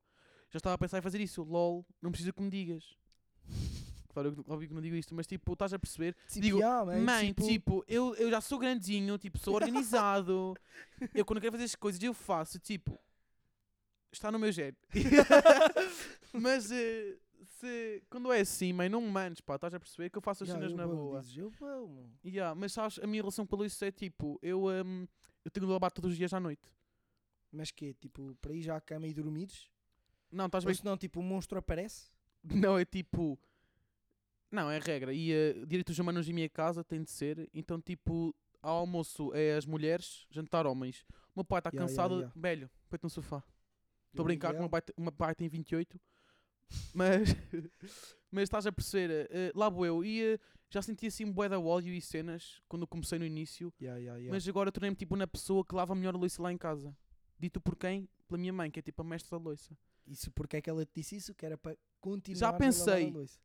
[SPEAKER 2] já estava a pensar em fazer isso, lol, não precisa que me digas. Claro, eu- óbvio que não digo isto, mas tipo, estás a perceber?
[SPEAKER 3] Tipo,
[SPEAKER 2] digo,
[SPEAKER 3] "Ah, mãe,
[SPEAKER 2] mãe,
[SPEAKER 3] tipo,
[SPEAKER 2] tipo, eu, eu já sou grandinho, tipo, sou organizado, eu quando quero fazer as coisas eu faço, tipo, está no meu jeito. mas eh, se, quando é assim, mãe, não me mandes, pá, estás a perceber que eu faço as
[SPEAKER 3] "Ya,
[SPEAKER 2] cenas
[SPEAKER 3] eu
[SPEAKER 2] na
[SPEAKER 3] vou",
[SPEAKER 2] boa.
[SPEAKER 3] dizes, "Eu vou, mano."
[SPEAKER 2] Yeah, mas sabes, a minha relação com a Luísa é tipo, eu, hum, eu tenho de lavar todos os dias à noite.
[SPEAKER 3] Mas que tipo, para ir já à cama e dormires?
[SPEAKER 2] Não, estás
[SPEAKER 3] Ou
[SPEAKER 2] bem.
[SPEAKER 3] senão, tipo, um monstro aparece?
[SPEAKER 2] Não, é tipo. Não, é regra. E eh, direitos humanos em minha casa tem de ser. Então, tipo, ao almoço é as mulheres, jantar homens. O meu pai está
[SPEAKER 3] Ya, ya,
[SPEAKER 2] cansado,
[SPEAKER 3] ya.
[SPEAKER 2] velho, põe-te no sofá. Estou a
[SPEAKER 3] E
[SPEAKER 2] brincar que o meu
[SPEAKER 3] Miguel?
[SPEAKER 2] pai, te- o meu pai tem 28. Mas, mas estás a perceber, eh, lá vou eu. E eh, já senti assim bué de ódio e cenas quando comecei no início.
[SPEAKER 3] Ya, ya, ya.
[SPEAKER 2] Mas agora tornei-me tipo na pessoa que lava melhor a louça lá em casa. Dito por quem? Pela minha mãe, que é tipo a mestre da louça.
[SPEAKER 3] Isso porque é que ela te disse isso? Que era para continuar a lavar a
[SPEAKER 2] pensei.
[SPEAKER 3] louça.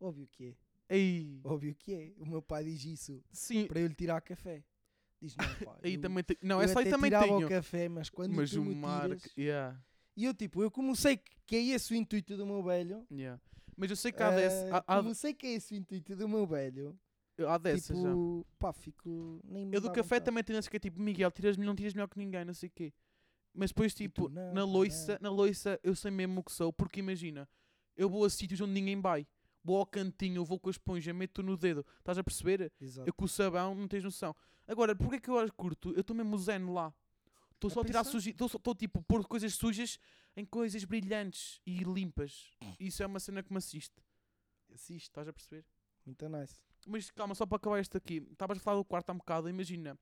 [SPEAKER 3] Óbvio que é.
[SPEAKER 2] Ei,
[SPEAKER 3] Óbvio que é. O meu pai diz isso.
[SPEAKER 2] sim,
[SPEAKER 3] para eu lhe tirar café. Diz, não, pá,
[SPEAKER 2] aí
[SPEAKER 3] eu,
[SPEAKER 2] também te... Não,
[SPEAKER 3] eu
[SPEAKER 2] essa aí
[SPEAKER 3] até
[SPEAKER 2] também
[SPEAKER 3] tirava o
[SPEAKER 2] tenho.
[SPEAKER 3] café, mas quando
[SPEAKER 2] Mas
[SPEAKER 3] tu
[SPEAKER 2] o
[SPEAKER 3] me
[SPEAKER 2] Mark,
[SPEAKER 3] tiras...
[SPEAKER 2] yeah,
[SPEAKER 3] E eu, tipo, eu como sei que, que é esse o intuito do meu velho...
[SPEAKER 2] yeah. Mas eu sei que há, desse,
[SPEAKER 3] ah,
[SPEAKER 2] há, há,
[SPEAKER 3] Como sei que é esse o intuito do meu velho...
[SPEAKER 2] há dessas já.
[SPEAKER 3] Tipo, pá, fico... Nem me
[SPEAKER 2] Eu do
[SPEAKER 3] dá
[SPEAKER 2] café
[SPEAKER 3] vontade.
[SPEAKER 2] também tenho esse que é tipo, Miguel, tiras-me, não tiras melhor que ninguém, não sei o quê. Mas depois, tipo,
[SPEAKER 3] não, é.
[SPEAKER 2] na
[SPEAKER 3] pá,
[SPEAKER 2] loiça, na loiça, eu sei mesmo o que sou, porque imagina, eu vou a sítios onde ninguém vai. Vou ao cantinho, eu vou com a esponja, meto no dedo. Estás a perceber?
[SPEAKER 3] Exato.
[SPEAKER 2] Eu com É o sabão, não tens noção. Agora, porquê que eu as curto? Eu estou mesmo zen lá. Estou
[SPEAKER 3] A
[SPEAKER 2] só a tirar
[SPEAKER 3] pensar.
[SPEAKER 2] sujeira. Estou tipo a pôr coisas sujas em coisas brilhantes e limpas. Isso é uma cena que me assiste. Assiste, estás a perceber?
[SPEAKER 3] Muito nice.
[SPEAKER 2] Mas calma, só para acabar isto aqui. Estavas a falar do quarto há um bocado. Imagina,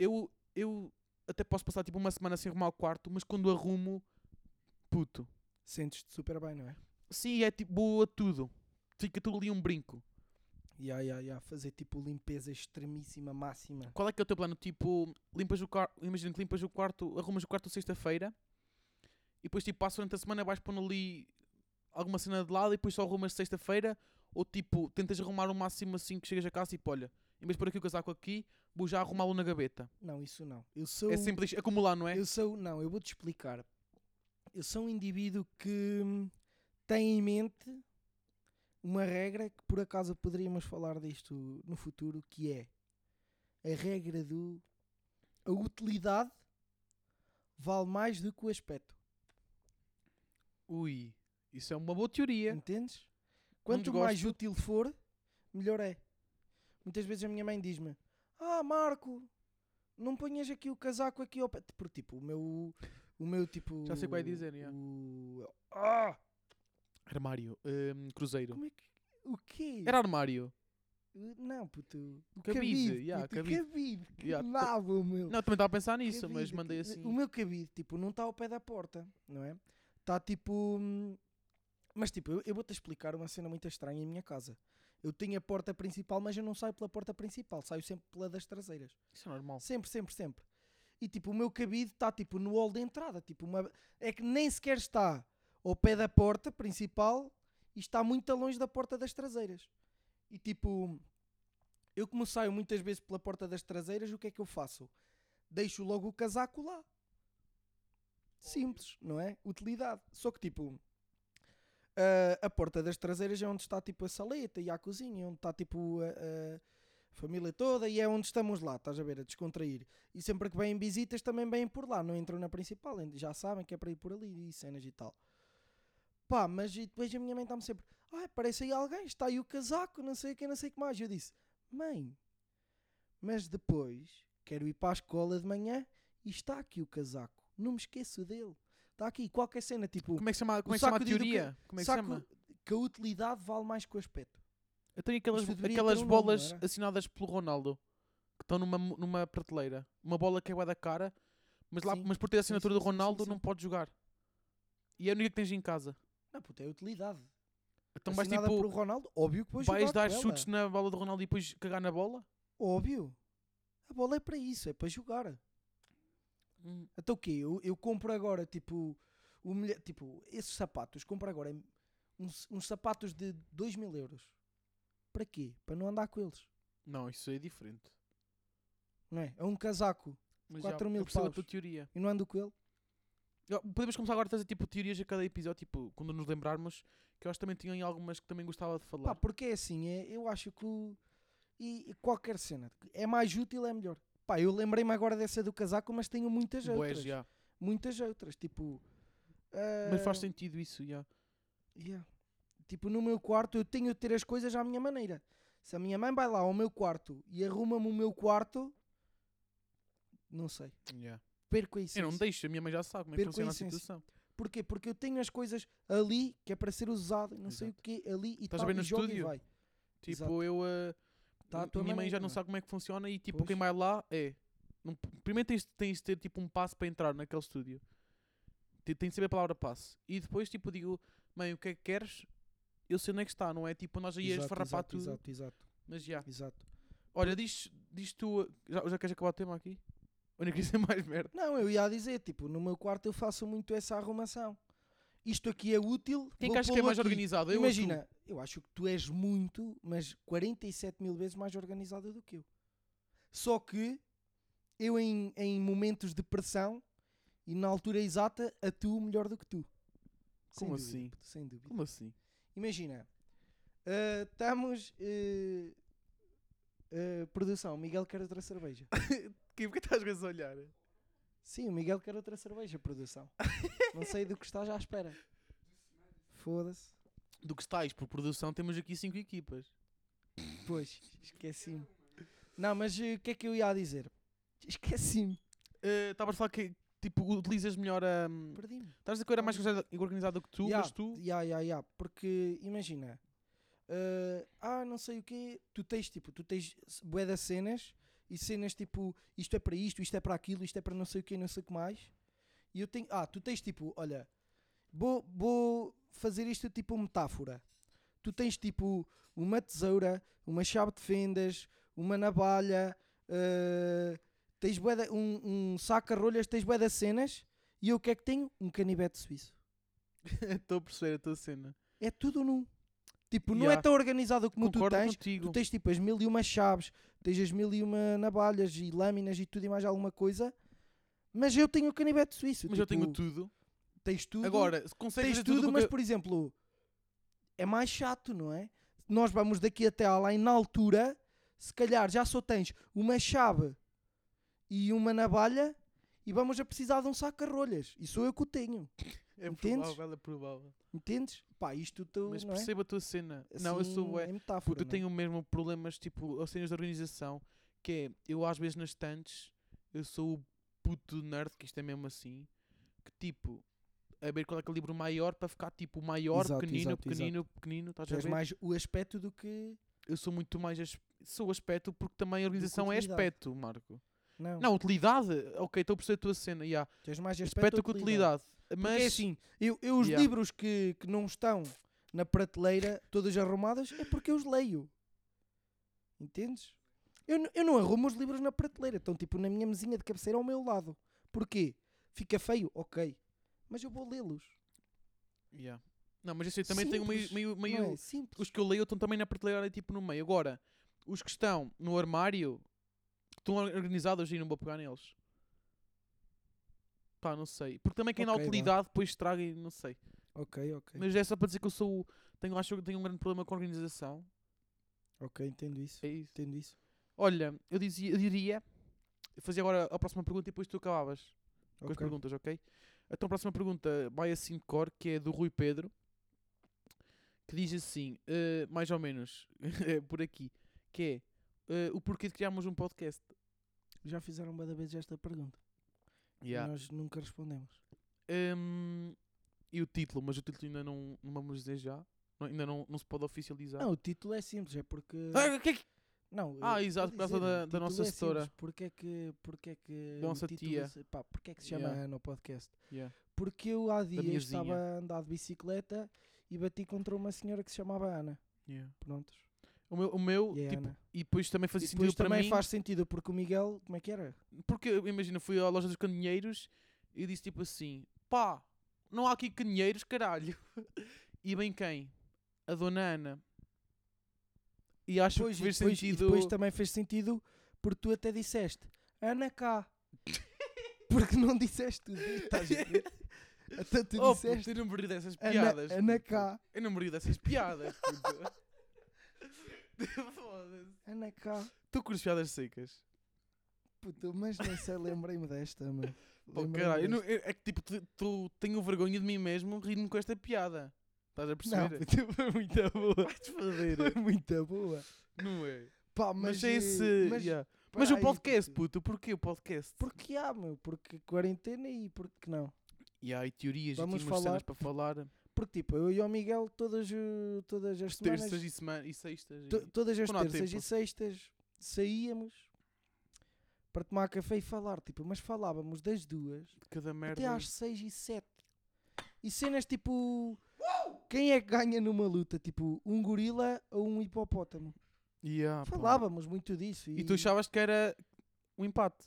[SPEAKER 2] eu, eu até posso passar tipo uma semana sem arrumar o quarto, mas quando arrumo, puto.
[SPEAKER 3] Sentes-te super bem, não é?
[SPEAKER 2] Sim, é tipo boa tudo. Fica tudo ali um brinco.
[SPEAKER 3] Ya, ya, ya. Fazer, tipo, limpeza extremíssima, máxima.
[SPEAKER 2] Qual é que é o teu plano? Tipo, limpas o quarto, imagina que limpas o quarto, arrumas o quarto sexta-feira e depois tipo passas durante a semana vais pondo ali alguma cena de lado e depois só arrumas sexta-feira ou tipo tentas arrumar o máximo assim que chegas a casa e tipo, olha, em vez de pôr aqui o casaco aqui, vou já arrumá-lo na gaveta.
[SPEAKER 3] Não, isso não. Eu sou...
[SPEAKER 2] É simples acumular, não é?
[SPEAKER 3] Eu sou, não, eu vou-te explicar. Eu sou um indivíduo que hum, tem em mente uma regra que por acaso poderíamos falar disto no futuro, que é a regra do a utilidade vale mais do que o aspecto.
[SPEAKER 2] Ui, isso é uma boa teoria.
[SPEAKER 3] Entendes? Quanto mais útil for, melhor é. Muitas vezes a minha mãe diz-me: Ah, Marco, não ponhas aqui o casaco aqui ao pé. Porque, tipo, o meu. O meu tipo.
[SPEAKER 2] Já sei o que vai dizer, já.
[SPEAKER 3] o- Ah!
[SPEAKER 2] Armário. hum, cruzeiro.
[SPEAKER 3] Como é que. O quê?
[SPEAKER 2] é? Era armário.
[SPEAKER 3] Não, puto. O
[SPEAKER 2] Cabide, já,
[SPEAKER 3] puto,
[SPEAKER 2] cabide.
[SPEAKER 3] cabide. Que
[SPEAKER 2] Já, tô-
[SPEAKER 3] nabo, meu.
[SPEAKER 2] Não, eu também estava a pensar nisso,
[SPEAKER 3] Cabide,
[SPEAKER 2] mas mandei
[SPEAKER 3] que-
[SPEAKER 2] assim.
[SPEAKER 3] O meu cabide, tipo, não está ao pé da porta, não é? Está tipo. hum, Mas tipo, eu, eu vou-te explicar uma cena muito estranha em minha casa. Eu tenho a porta principal, mas eu não saio pela porta principal, saio sempre pela das traseiras.
[SPEAKER 2] Isso é normal.
[SPEAKER 3] Sempre, sempre, sempre. E tipo, o meu cabide está tipo no hall de entrada, tipo, uma... é que nem sequer está ao pé da porta principal e está muito longe da porta das traseiras. E tipo, eu como saio muitas vezes pela porta das traseiras, o que é que eu faço? Deixo logo o casaco lá. Simples, não é? Utilidade. Só que tipo, Ah, a- a porta das traseiras é onde está tipo a saleta e a cozinha, onde está tipo a, a família toda e é onde estamos lá, estás a ver, a descontrair. E sempre que vêm visitas também vêm por lá, não entram na principal, já sabem que é para ir por ali e cenas e tal. Pá, mas e depois a minha mãe está-me sempre, ah, parece aí alguém, está aí o casaco, não sei o que, não sei o que mais. Eu disse, mãe, mas depois quero ir para a escola de manhã e está aqui o casaco, não me esqueço dele. Está aqui qualquer cena, tipo
[SPEAKER 2] Como é que se chama, como é que se
[SPEAKER 3] saco
[SPEAKER 2] chama a
[SPEAKER 3] de educa-
[SPEAKER 2] teoria? Como é que se
[SPEAKER 3] saco
[SPEAKER 2] chama?
[SPEAKER 3] que a utilidade vale mais que o aspecto.
[SPEAKER 2] Eu tenho aquelas,
[SPEAKER 3] Isto deveria
[SPEAKER 2] aquelas
[SPEAKER 3] ter um nome,
[SPEAKER 2] bolas
[SPEAKER 3] não era?
[SPEAKER 2] assinadas pelo Ronaldo que estão numa, numa prateleira. Uma bola que é bué da cara, mas, lá,
[SPEAKER 3] Sim,
[SPEAKER 2] mas por ter a
[SPEAKER 3] sim,
[SPEAKER 2] assinatura
[SPEAKER 3] sim,
[SPEAKER 2] do
[SPEAKER 3] sim, sim,
[SPEAKER 2] Ronaldo
[SPEAKER 3] sim.
[SPEAKER 2] não pode jogar. E é a única que tens em casa.
[SPEAKER 3] Não, puta, é utilidade.
[SPEAKER 2] Então vais
[SPEAKER 3] Assinada por um
[SPEAKER 2] tipo.
[SPEAKER 3] Ronaldo, óbvio que vou jogar
[SPEAKER 2] Vais
[SPEAKER 3] com
[SPEAKER 2] dar
[SPEAKER 3] ela.
[SPEAKER 2] chutes na bola do Ronaldo e depois cagar na bola?
[SPEAKER 3] Óbvio. A bola é para isso, é para jogar. Até o quê? Eu, eu compro agora, tipo, o milha- tipo, esses sapatos, compro agora em- uns, uns sapatos de 2 mil euros. Para quê? Para não andar com eles.
[SPEAKER 2] Não, isso é diferente.
[SPEAKER 3] Não é? É um casaco
[SPEAKER 2] Mas
[SPEAKER 3] 4 mil
[SPEAKER 2] eu percebo a
[SPEAKER 3] paus.
[SPEAKER 2] tua teoria.
[SPEAKER 3] e não ando com ele.
[SPEAKER 2] Eu- Podemos começar agora a trazer tipo teorias a cada episódio, tipo, quando nos lembrarmos, que eu acho que também tinham aí algumas que também gostava de falar.
[SPEAKER 3] Pá, porque é assim, é, eu acho que o- e, e qualquer cena é mais útil, é melhor. Pá, eu lembrei-me agora dessa do casaco, mas tenho muitas
[SPEAKER 2] Bué,
[SPEAKER 3] é, outras.
[SPEAKER 2] já.
[SPEAKER 3] muitas outras. Tipo,
[SPEAKER 2] Mas faz
[SPEAKER 3] ah,
[SPEAKER 2] sentido isso, já.
[SPEAKER 3] yeah. tipo, no meu quarto eu tenho de ter as coisas à minha maneira. Se a minha mãe vai lá ao meu quarto e arruma-me o meu quarto, não sei,
[SPEAKER 2] Já.
[SPEAKER 3] perco a essência.
[SPEAKER 2] Eu não deixo, a minha mãe já sabe como é que
[SPEAKER 3] Perco a
[SPEAKER 2] funciona a
[SPEAKER 3] essência.
[SPEAKER 2] situação.
[SPEAKER 3] Porquê? Porque eu tenho as coisas ali que é para ser usado, não sei o que, ali e
[SPEAKER 2] Estás a
[SPEAKER 3] tal,
[SPEAKER 2] ver no
[SPEAKER 3] e jogo e
[SPEAKER 2] estúdio?
[SPEAKER 3] vai.
[SPEAKER 2] Tipo,
[SPEAKER 3] Exato.
[SPEAKER 2] eu. eh,
[SPEAKER 3] Tá à
[SPEAKER 2] a
[SPEAKER 3] tua
[SPEAKER 2] minha mãe já
[SPEAKER 3] maneira,
[SPEAKER 2] não
[SPEAKER 3] não é?
[SPEAKER 2] sabe como é que funciona e tipo,
[SPEAKER 3] Pois.
[SPEAKER 2] quem vai lá é. não p- primeiro tens, tens de ter tipo um passo para entrar naquele estúdio. Ti- Tem de saber a palavra passo. E depois tipo digo, mãe, o que é que queres? Eu sei onde é que está, não é? Tipo, nós aí a esfarrapar
[SPEAKER 3] exato,
[SPEAKER 2] tudo.
[SPEAKER 3] exato, exato,
[SPEAKER 2] Mas já.
[SPEAKER 3] exato.
[SPEAKER 2] Olha, diz, diz tu. Já, já queres acabar o tema aqui? Ou nem queria ser mais merda?
[SPEAKER 3] Não, eu ia dizer, tipo, no meu quarto eu faço muito essa arrumação. Isto aqui é útil.
[SPEAKER 2] Quem
[SPEAKER 3] vou
[SPEAKER 2] que acha que é
[SPEAKER 3] pô-lo
[SPEAKER 2] mais
[SPEAKER 3] aqui.
[SPEAKER 2] organizado? Eu ou tu?
[SPEAKER 3] Imagina, eu acho que tu és muito, mas 47 mil vezes mais organizada do que eu. Só que eu, em, em momentos de pressão e na altura exata, atuo melhor do que tu. Sem
[SPEAKER 2] Como
[SPEAKER 3] dúvida,
[SPEAKER 2] assim?
[SPEAKER 3] puto, sem dúvida.
[SPEAKER 2] Como assim?
[SPEAKER 3] Imagina, ah, estamos. ah, ah, produção, Miguel quer outra cerveja.
[SPEAKER 2] Que, porque estás a olhar?
[SPEAKER 3] Sim, o Miguel quer outra cerveja, produção. Não sei do que estás à espera. Foda-se.
[SPEAKER 2] Do que estáis por produção, temos aqui cinco equipas.
[SPEAKER 3] Pois, esqueci-me. Não, mas eh, o que é que eu ia a dizer? Esqueci-me.
[SPEAKER 2] Eh, Estavas a falar que tipo, utilizas melhor hum, a.
[SPEAKER 3] Perdi-me.
[SPEAKER 2] Estás a dizer que eu era mais organizado- organizado que tu,
[SPEAKER 3] Ya,
[SPEAKER 2] mas tu.
[SPEAKER 3] Ya, ya, ya. Porque, imagina. eh, ah, não sei o quê. Tu tens, tipo, tu tens bué das cenas. E cenas, tipo, isto é para isto, isto é para aquilo, isto é para não sei o quê, não sei o que mais. E eu tenho... Ah, tu tens, tipo, olha. Vou, vou fazer isto, tipo, metáfora. Tu tens, tipo, uma tesoura, uma chave de fendas, uma navalha... eh, tens bué da- um, um saco a rolhas, tens bué das cenas. E eu o que é que tenho? Um canivete suíço.
[SPEAKER 2] Estou a perceber a tua cena.
[SPEAKER 3] É tudo num. Tipo, não
[SPEAKER 2] Yeah.
[SPEAKER 3] é tão organizado como
[SPEAKER 2] Concordo
[SPEAKER 3] tu tens.
[SPEAKER 2] contigo.
[SPEAKER 3] Tu tens tipo as mil e uma chaves, tens as mil e uma navalhas e lâminas e tudo e mais alguma coisa. Mas eu tenho o canivete suíço.
[SPEAKER 2] Mas eu
[SPEAKER 3] tipo,
[SPEAKER 2] tenho tudo.
[SPEAKER 3] Tens tudo.
[SPEAKER 2] Agora, se consegues
[SPEAKER 3] tens
[SPEAKER 2] fazer
[SPEAKER 3] tudo,
[SPEAKER 2] tudo o que
[SPEAKER 3] mas
[SPEAKER 2] eu-
[SPEAKER 3] por exemplo, é mais chato, não é? Nós vamos daqui até lá e na altura, se calhar já só tens uma chave e uma navalha e vamos a precisar de um saco de rolhas. E sou eu que o tenho.
[SPEAKER 2] É
[SPEAKER 3] Entendes?
[SPEAKER 2] provável, é provável.
[SPEAKER 3] Entendes? Pá, isto tu,
[SPEAKER 2] Mas
[SPEAKER 3] não é?
[SPEAKER 2] perceba a tua cena. não, eu
[SPEAKER 3] Assim,
[SPEAKER 2] sou bué.
[SPEAKER 3] é metáfora,
[SPEAKER 2] Porque eu
[SPEAKER 3] não é?
[SPEAKER 2] tenho mesmo problemas, tipo, ou cenas de organização, que é, eu às vezes nas estantes, eu sou o puto nerd, que isto é mesmo assim, que tipo, a ver qual é que é o livro maior para ficar tipo maior,
[SPEAKER 3] Exato,
[SPEAKER 2] pequenino,
[SPEAKER 3] exato,
[SPEAKER 2] pequenino, pequenino, estás
[SPEAKER 3] Tu
[SPEAKER 2] a
[SPEAKER 3] és
[SPEAKER 2] ver?
[SPEAKER 3] mais o aspecto do que...
[SPEAKER 2] Eu sou muito mais, as- sou aspecto, porque também a organização é
[SPEAKER 3] utilidade.
[SPEAKER 2] aspecto, Marco.
[SPEAKER 3] Não,
[SPEAKER 2] Não, utilidade, ok, estou a perceber a tua cena, yeah.
[SPEAKER 3] tu és mais aspecto,
[SPEAKER 2] aspecto
[SPEAKER 3] ou
[SPEAKER 2] que utilidade.
[SPEAKER 3] Porque
[SPEAKER 2] Mas,
[SPEAKER 3] é assim, eu, eu os
[SPEAKER 2] Yeah.
[SPEAKER 3] livros que, que não estão na prateleira, todas arrumadas, é porque eu os leio. Entendes? Eu, n- eu não arrumo os livros na prateleira, estão tipo na minha mesinha de cabeceira ao meu lado. Porquê? Fica feio? Ok. Mas eu vou lê-los.
[SPEAKER 2] yeah. não, mas assim, eu também tenho meio,
[SPEAKER 3] Simples,
[SPEAKER 2] meio,
[SPEAKER 3] não
[SPEAKER 2] meio,
[SPEAKER 3] é? Simples.
[SPEAKER 2] os que eu leio estão também na prateleira tipo no meio. Agora, os que estão no armário estão or- organizados e não vou pegar neles. Pá, não sei. Porque também quem dá
[SPEAKER 3] Ok, vá.
[SPEAKER 2] utilidade depois estraga e não sei.
[SPEAKER 3] Ok, ok.
[SPEAKER 2] Mas é só para dizer que eu sou. Tenho, acho que tenho um grande problema com a organização.
[SPEAKER 3] Ok, entendo isso.
[SPEAKER 2] É isso.
[SPEAKER 3] Entendo isso.
[SPEAKER 2] Olha, eu, dizia, eu diria. Eu fazia agora a próxima pergunta e depois tu acabavas com as
[SPEAKER 3] Ok.
[SPEAKER 2] perguntas, ok? Então a próxima pergunta vai assim de cor, que é do Rui Pedro, que diz assim, eh, mais ou menos, é por aqui, que é eh, o porquê de criarmos um podcast.
[SPEAKER 3] Já fizeram uma vez esta pergunta. E nós nunca respondemos.
[SPEAKER 2] Ehm, e o título, mas o título ainda não, não vamos dizer já, não- ainda não, não se pode oficializar.
[SPEAKER 3] Não, o título é simples, é porque.
[SPEAKER 2] Ah, o que é que-
[SPEAKER 3] Não,
[SPEAKER 2] Ah,
[SPEAKER 3] eu
[SPEAKER 2] exato,
[SPEAKER 3] vou
[SPEAKER 2] por causa
[SPEAKER 3] dizer,
[SPEAKER 2] da-
[SPEAKER 3] o
[SPEAKER 2] da
[SPEAKER 3] título
[SPEAKER 2] nossa
[SPEAKER 3] é simples.
[SPEAKER 2] setora.
[SPEAKER 3] Porque é que, porque é que
[SPEAKER 2] Da
[SPEAKER 3] o
[SPEAKER 2] nossa
[SPEAKER 3] título
[SPEAKER 2] tia.
[SPEAKER 3] se- pá, porque é que se chama
[SPEAKER 2] Yeah.
[SPEAKER 3] Ana o podcast?
[SPEAKER 2] Yeah.
[SPEAKER 3] Porque eu há dias
[SPEAKER 2] minha
[SPEAKER 3] estava
[SPEAKER 2] vizinha.
[SPEAKER 3] a andar de bicicleta e bati contra uma senhora que se chamava Ana.
[SPEAKER 2] Yeah.
[SPEAKER 3] Prontos.
[SPEAKER 2] O meu, o meu
[SPEAKER 3] E é
[SPEAKER 2] tipo,
[SPEAKER 3] Ana.
[SPEAKER 2] e depois também fazia
[SPEAKER 3] E depois
[SPEAKER 2] sentido para
[SPEAKER 3] também
[SPEAKER 2] mim,
[SPEAKER 3] faz sentido, porque o Miguel, como é que era?
[SPEAKER 2] porque eu, imagina, fui à loja dos candeeiros e disse tipo assim: pá, não há aqui candeeiros, caralho. E bem quem? A dona Ana. E acho
[SPEAKER 3] Depois,
[SPEAKER 2] que
[SPEAKER 3] e
[SPEAKER 2] fez
[SPEAKER 3] depois, e
[SPEAKER 2] sentido.
[SPEAKER 3] depois também fez sentido porque tu até disseste Ana cá. porque não disseste o dia, estás a ver? Até tu
[SPEAKER 2] Oh, puto,
[SPEAKER 3] disseste
[SPEAKER 2] eu não me rio dessas piadas.
[SPEAKER 3] Ana, Ana
[SPEAKER 2] puto.
[SPEAKER 3] cá.
[SPEAKER 2] Eu não me rio dessas piadas. puto. Foda-se.
[SPEAKER 3] Ana cá.
[SPEAKER 2] Tu curtes piadas secas.
[SPEAKER 3] Puta, mas não sei, lembrei-me desta, mano.
[SPEAKER 2] Pô,
[SPEAKER 3] Lembrei-me
[SPEAKER 2] caralho, eu
[SPEAKER 3] desta.
[SPEAKER 2] não- eu- é que tipo, tu, tu- tenho vergonha de mim mesmo rindo-me com esta piada. Estás a perceber?
[SPEAKER 3] puta, foi muito boa.
[SPEAKER 2] Vais-te foder.
[SPEAKER 3] Foi muito boa.
[SPEAKER 2] não é?
[SPEAKER 3] Pá,
[SPEAKER 2] Mas,
[SPEAKER 3] mas,
[SPEAKER 2] é
[SPEAKER 3] eh,
[SPEAKER 2] esse.
[SPEAKER 3] Mas,
[SPEAKER 2] yeah. Mas o
[SPEAKER 3] peraí, tipo,
[SPEAKER 2] podcast,
[SPEAKER 3] puto.
[SPEAKER 2] puto, porquê o podcast?
[SPEAKER 3] Porque há, meu. Porque quarentena e porque não.
[SPEAKER 2] E há aí teorias e
[SPEAKER 3] Vamos
[SPEAKER 2] tínhamos cenas
[SPEAKER 3] falar.
[SPEAKER 2] para falar.
[SPEAKER 3] Porque tipo, eu e o Miguel todas, eh, todas as semanas...
[SPEAKER 2] Terças e, semana, e sextas.
[SPEAKER 3] to-
[SPEAKER 2] e-
[SPEAKER 3] Todas as
[SPEAKER 2] Quando há
[SPEAKER 3] terças e
[SPEAKER 2] tempo.
[SPEAKER 3] sextas saíamos para tomar café e falar, tipo, mas falávamos das duas
[SPEAKER 2] Cada merda.
[SPEAKER 3] até às seis e sete. E cenas tipo... Quem é que ganha numa luta? Tipo, um gorila ou um hipopótamo?
[SPEAKER 2] Yeah, Ah, pá.
[SPEAKER 3] Falávamos muito disso.
[SPEAKER 2] E tu achavas que era um empate.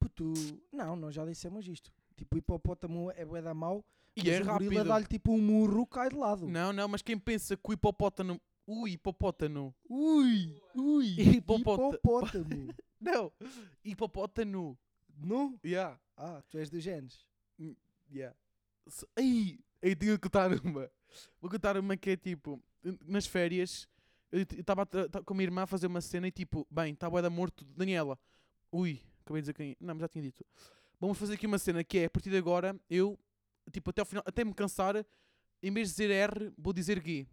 [SPEAKER 3] Puto, não, nós já dissemos isto. Tipo, o hipopótamo é bué da mau,
[SPEAKER 2] E
[SPEAKER 3] mas
[SPEAKER 2] é
[SPEAKER 3] o
[SPEAKER 2] rápido.
[SPEAKER 3] gorila dá-lhe tipo um murro, cai de lado.
[SPEAKER 2] Não, não, mas quem pensa que o hipopótamo. O hipopótamo.
[SPEAKER 3] Ui, ui,
[SPEAKER 2] Hipopóta-
[SPEAKER 3] hipopótamo.
[SPEAKER 2] Não! Hipopótamo.
[SPEAKER 3] não?
[SPEAKER 2] Yeah.
[SPEAKER 3] Ah, tu és dos genes.
[SPEAKER 2] Yeah. Se- Ai! Aí tenho que contar uma. Vou contar uma que é tipo, nas férias, eu estava com a minha irmã a fazer uma cena e tipo, bem, está boeda morto, Daniela. Ui, acabei de dizer quem. Não, mas já tinha dito. Vamos fazer aqui uma cena que é, a partir de agora, eu, tipo, até ao final, até me cansar, em vez de dizer R, vou dizer G.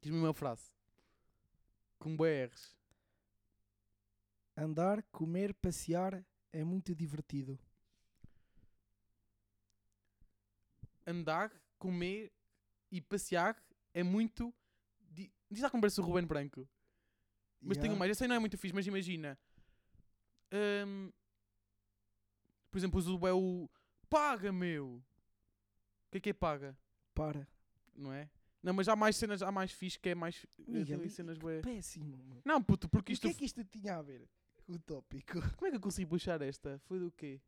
[SPEAKER 2] Diz-me uma frase. Com bué R's.
[SPEAKER 3] Andar, comer, passear é muito divertido.
[SPEAKER 2] Andar, comer e passear é muito. di- Diz lá como parece o Ruben Branco. Mas
[SPEAKER 3] Yeah.
[SPEAKER 2] tenho mais. Essa aí não é muito fixe, mas imagina. Hum, por exemplo, uso é o paga, meu. O que é que é paga?
[SPEAKER 3] Para.
[SPEAKER 2] Não é? Não, mas há mais cenas, há mais fixe que é mais. eh,
[SPEAKER 3] Miguel,
[SPEAKER 2] tem
[SPEAKER 3] e-
[SPEAKER 2] cenas bué.
[SPEAKER 3] Péssimo, meu.
[SPEAKER 2] Não, puto, porque
[SPEAKER 3] O
[SPEAKER 2] isto.
[SPEAKER 3] que é que isto tinha a ver com o tópico?
[SPEAKER 2] Como é que eu consegui puxar esta? Foi do quê?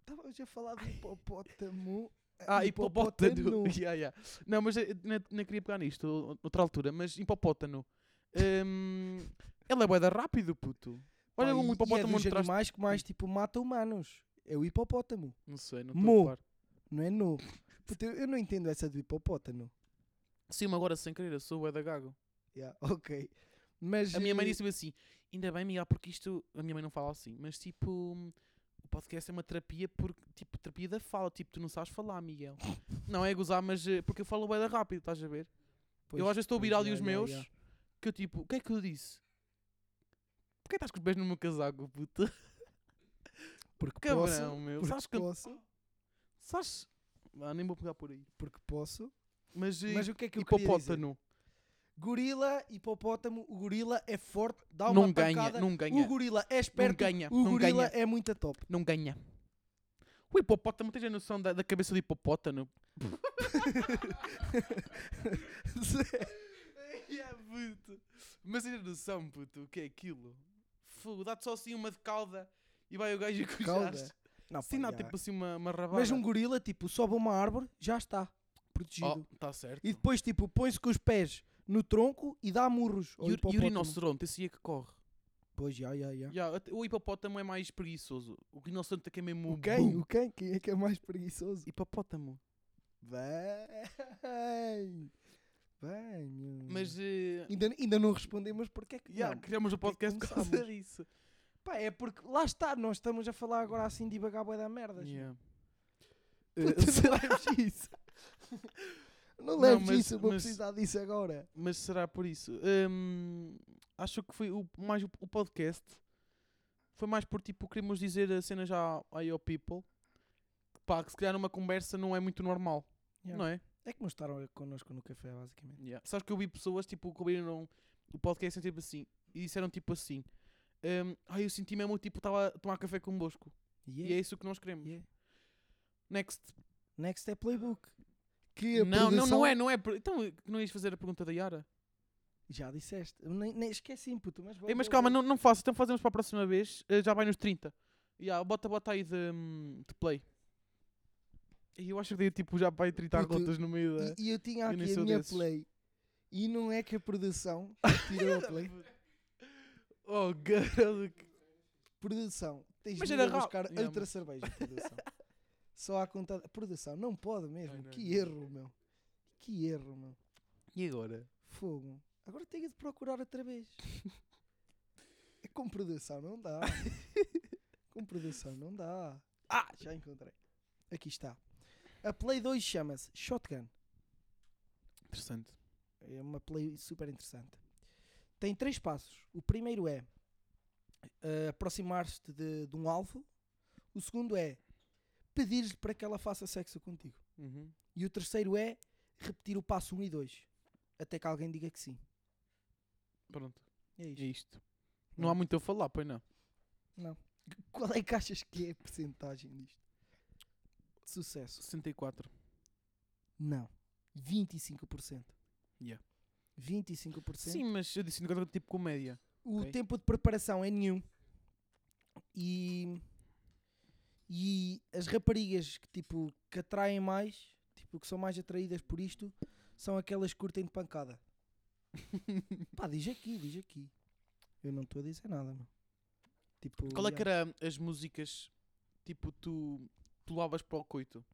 [SPEAKER 3] Estávamos a falar do hipopótamo.
[SPEAKER 2] Ah, hipopótano.
[SPEAKER 3] hipopótano.
[SPEAKER 2] yeah, yeah. Não, mas eh, não, não queria pegar nisto, ou- outra altura, mas hipopótano. Hum, ele é bué da rápido, puto.
[SPEAKER 3] Pá,
[SPEAKER 2] Olha
[SPEAKER 3] e-
[SPEAKER 2] um
[SPEAKER 3] e
[SPEAKER 2] hipopótamo
[SPEAKER 3] é dos
[SPEAKER 2] atrás.
[SPEAKER 3] animais que mais tipo mata humanos. É o hipopótamo,
[SPEAKER 2] Não sei, não
[SPEAKER 3] Mo.
[SPEAKER 2] estou a par.
[SPEAKER 3] não é no. Puta, eu eu não entendo essa do hipopótamo.
[SPEAKER 2] Sim, agora sem querer, eu sou o da Gago.
[SPEAKER 3] Yeah, ok. Mas,
[SPEAKER 2] A minha mãe
[SPEAKER 3] eh,
[SPEAKER 2] disse-me assim: ainda bem, Miguel, porque isto. A minha mãe não fala assim, mas tipo. hum, O podcast é uma terapia, porque, tipo, terapia da fala. Tipo, tu não sabes falar, Miguel. não é gozar, mas. eh, Porque eu falo bué da rápido, estás a ver?
[SPEAKER 3] pois,
[SPEAKER 2] eu às vezes estou a ouvir
[SPEAKER 3] pois,
[SPEAKER 2] áudios
[SPEAKER 3] yeah,
[SPEAKER 2] meus
[SPEAKER 3] yeah, yeah.
[SPEAKER 2] que eu tipo, o que é que eu disse? Porquê estás com os pés no meu casaco, puta?
[SPEAKER 3] Porque
[SPEAKER 2] Cabrão,
[SPEAKER 3] posso,
[SPEAKER 2] é meu.
[SPEAKER 3] porque
[SPEAKER 2] Sabes que. eu-
[SPEAKER 3] posso,
[SPEAKER 2] Sabes. Ah, nem vou pegar por aí.
[SPEAKER 3] porque posso.
[SPEAKER 2] Mas. eh,
[SPEAKER 3] Mas o que é que eu queria dizer?
[SPEAKER 2] hipopótamo.
[SPEAKER 3] Gorila, hipopótamo, o gorila é forte, dá uma
[SPEAKER 2] Não ganha,
[SPEAKER 3] pancada.
[SPEAKER 2] não
[SPEAKER 3] o
[SPEAKER 2] ganha.
[SPEAKER 3] gorila é
[SPEAKER 2] Não
[SPEAKER 3] esperto,
[SPEAKER 2] ganha,
[SPEAKER 3] o
[SPEAKER 2] não
[SPEAKER 3] gorila
[SPEAKER 2] ganha.
[SPEAKER 3] é muito top.
[SPEAKER 2] Não ganha. O hipopótamo, tens a noção da, da cabeça do hipopótamo? Ya, puto. é Mas tens noção, puto, o que é aquilo? Fogo, dá-te só assim uma de cauda e vai o gajo com
[SPEAKER 3] Cauda?
[SPEAKER 2] os
[SPEAKER 3] Não,
[SPEAKER 2] Sim,
[SPEAKER 3] Ah, pá,
[SPEAKER 2] não,
[SPEAKER 3] já.
[SPEAKER 2] tipo assim uma, uma rabada.
[SPEAKER 3] Mas um gorila, tipo, sobe uma árvore, já está protegido.
[SPEAKER 2] Oh, tá certo.
[SPEAKER 3] E depois, tipo, põe-se com os pés no tronco e dá murros. ao
[SPEAKER 2] E, o- e o
[SPEAKER 3] hipopótamo.
[SPEAKER 2] rinoceronte, esse é que corre.
[SPEAKER 3] Pois, já, já, já.
[SPEAKER 2] Ya, até- o hipopótamo é mais preguiçoso. O rinoceronte é que é mesmo
[SPEAKER 3] O quem? O quem? Quem é que é mais preguiçoso?
[SPEAKER 2] Hipopótamo.
[SPEAKER 3] Vem! Vem, meu.
[SPEAKER 2] Mas. eh,
[SPEAKER 3] Ainda, ainda não respondemos porque é que.
[SPEAKER 2] ya,
[SPEAKER 3] não.
[SPEAKER 2] criamos o
[SPEAKER 3] porque é que
[SPEAKER 2] podcast por causa
[SPEAKER 3] começámos?
[SPEAKER 2] disso.
[SPEAKER 3] Pá, é porque lá está, nós estamos a falar agora assim de bué da merda.
[SPEAKER 2] Ya.
[SPEAKER 3] Puta, não leves isso. Não
[SPEAKER 2] Não,
[SPEAKER 3] leves
[SPEAKER 2] mas-
[SPEAKER 3] isso, vou
[SPEAKER 2] mas-
[SPEAKER 3] precisar disso agora.
[SPEAKER 2] Mas será por isso? Hum, acho que foi o, mais o, o podcast. Foi mais por tipo, queremos dizer a cena já aí ao people. Pá, que se calhar numa conversa não é muito normal,
[SPEAKER 3] Yeah.
[SPEAKER 2] não é?
[SPEAKER 3] É que mostraram connosco no café, basicamente.
[SPEAKER 2] Sabes que eu vi pessoas tipo, que ouviram o podcast e tipo assim e disseram tipo assim: hum, Ai, eu senti mesmo tipo, estava a tomar café convosco. E é isso que nós queremos.
[SPEAKER 3] yeah.
[SPEAKER 2] Next.
[SPEAKER 3] Next é Playbook. Que a
[SPEAKER 2] Não, não,
[SPEAKER 3] produção-
[SPEAKER 2] não é, não é. per- Então, não ias fazer a pergunta da Yara?
[SPEAKER 3] Já disseste. Eu Nem, nem esqueci, puto. Mas, vou-
[SPEAKER 2] Ei, mas
[SPEAKER 3] vou-
[SPEAKER 2] calma,
[SPEAKER 3] vou-
[SPEAKER 2] não, não faço. Então fazemos para a próxima vez. eh, já vai nos 30. Yeah, bota, bota aí de, hum, de play. E eu acho que dei tipo já vai 30
[SPEAKER 3] Puto,
[SPEAKER 2] gotas no meio da.
[SPEAKER 3] E, e eu tinha
[SPEAKER 2] Eu
[SPEAKER 3] aqui
[SPEAKER 2] nem
[SPEAKER 3] a
[SPEAKER 2] sou
[SPEAKER 3] minha
[SPEAKER 2] é? desses.
[SPEAKER 3] Play. E não é que a produção tirou a Play.
[SPEAKER 2] Oh, God.
[SPEAKER 3] Produção, tens
[SPEAKER 2] Mas
[SPEAKER 3] de ir
[SPEAKER 2] era
[SPEAKER 3] a
[SPEAKER 2] ra-
[SPEAKER 3] buscar
[SPEAKER 2] Yeah,
[SPEAKER 3] outra
[SPEAKER 2] mano.
[SPEAKER 3] cerveja, produção. Só à conta. Produção, não pode mesmo.
[SPEAKER 2] Ai, não,
[SPEAKER 3] que
[SPEAKER 2] não.
[SPEAKER 3] erro, meu. Que erro, meu.
[SPEAKER 2] E agora?
[SPEAKER 3] Fogo. Agora tenho de procurar outra vez. É Com produção não dá. Com produção não dá. Ah, já encontrei. Aqui está. A Play 2 chama-se Shotgun.
[SPEAKER 2] Interessante.
[SPEAKER 3] É uma play super interessante. Tem três passos. O primeiro é eh, aproximar-te de, de um alvo. O segundo é pedir-lhe para que ela faça sexo contigo.
[SPEAKER 2] Uhum.
[SPEAKER 3] E o terceiro é repetir o passo 1 e 2 até que alguém diga que sim.
[SPEAKER 2] Pronto.
[SPEAKER 3] É
[SPEAKER 2] É
[SPEAKER 3] isto.
[SPEAKER 2] isto. Não há muito a falar, pois não.
[SPEAKER 3] Qual é que achas que é a percentagem disto? Sucesso.
[SPEAKER 2] 64.
[SPEAKER 3] Não. 25%.
[SPEAKER 2] Yeah.
[SPEAKER 3] 25%.
[SPEAKER 2] Sim, mas eu disse 54 tipo comédia.
[SPEAKER 3] O
[SPEAKER 2] Ok.
[SPEAKER 3] tempo de preparação é nenhum. E, e as raparigas que, tipo, que atraem mais, tipo, que são mais atraídas por isto, são aquelas que curtem de pancada. Pá, diz aqui, diz aqui. Eu não estou a dizer nada, meu. Tipo,
[SPEAKER 2] Qual é que
[SPEAKER 3] yeah.
[SPEAKER 2] era as músicas tipo tu tu lavas para o coito?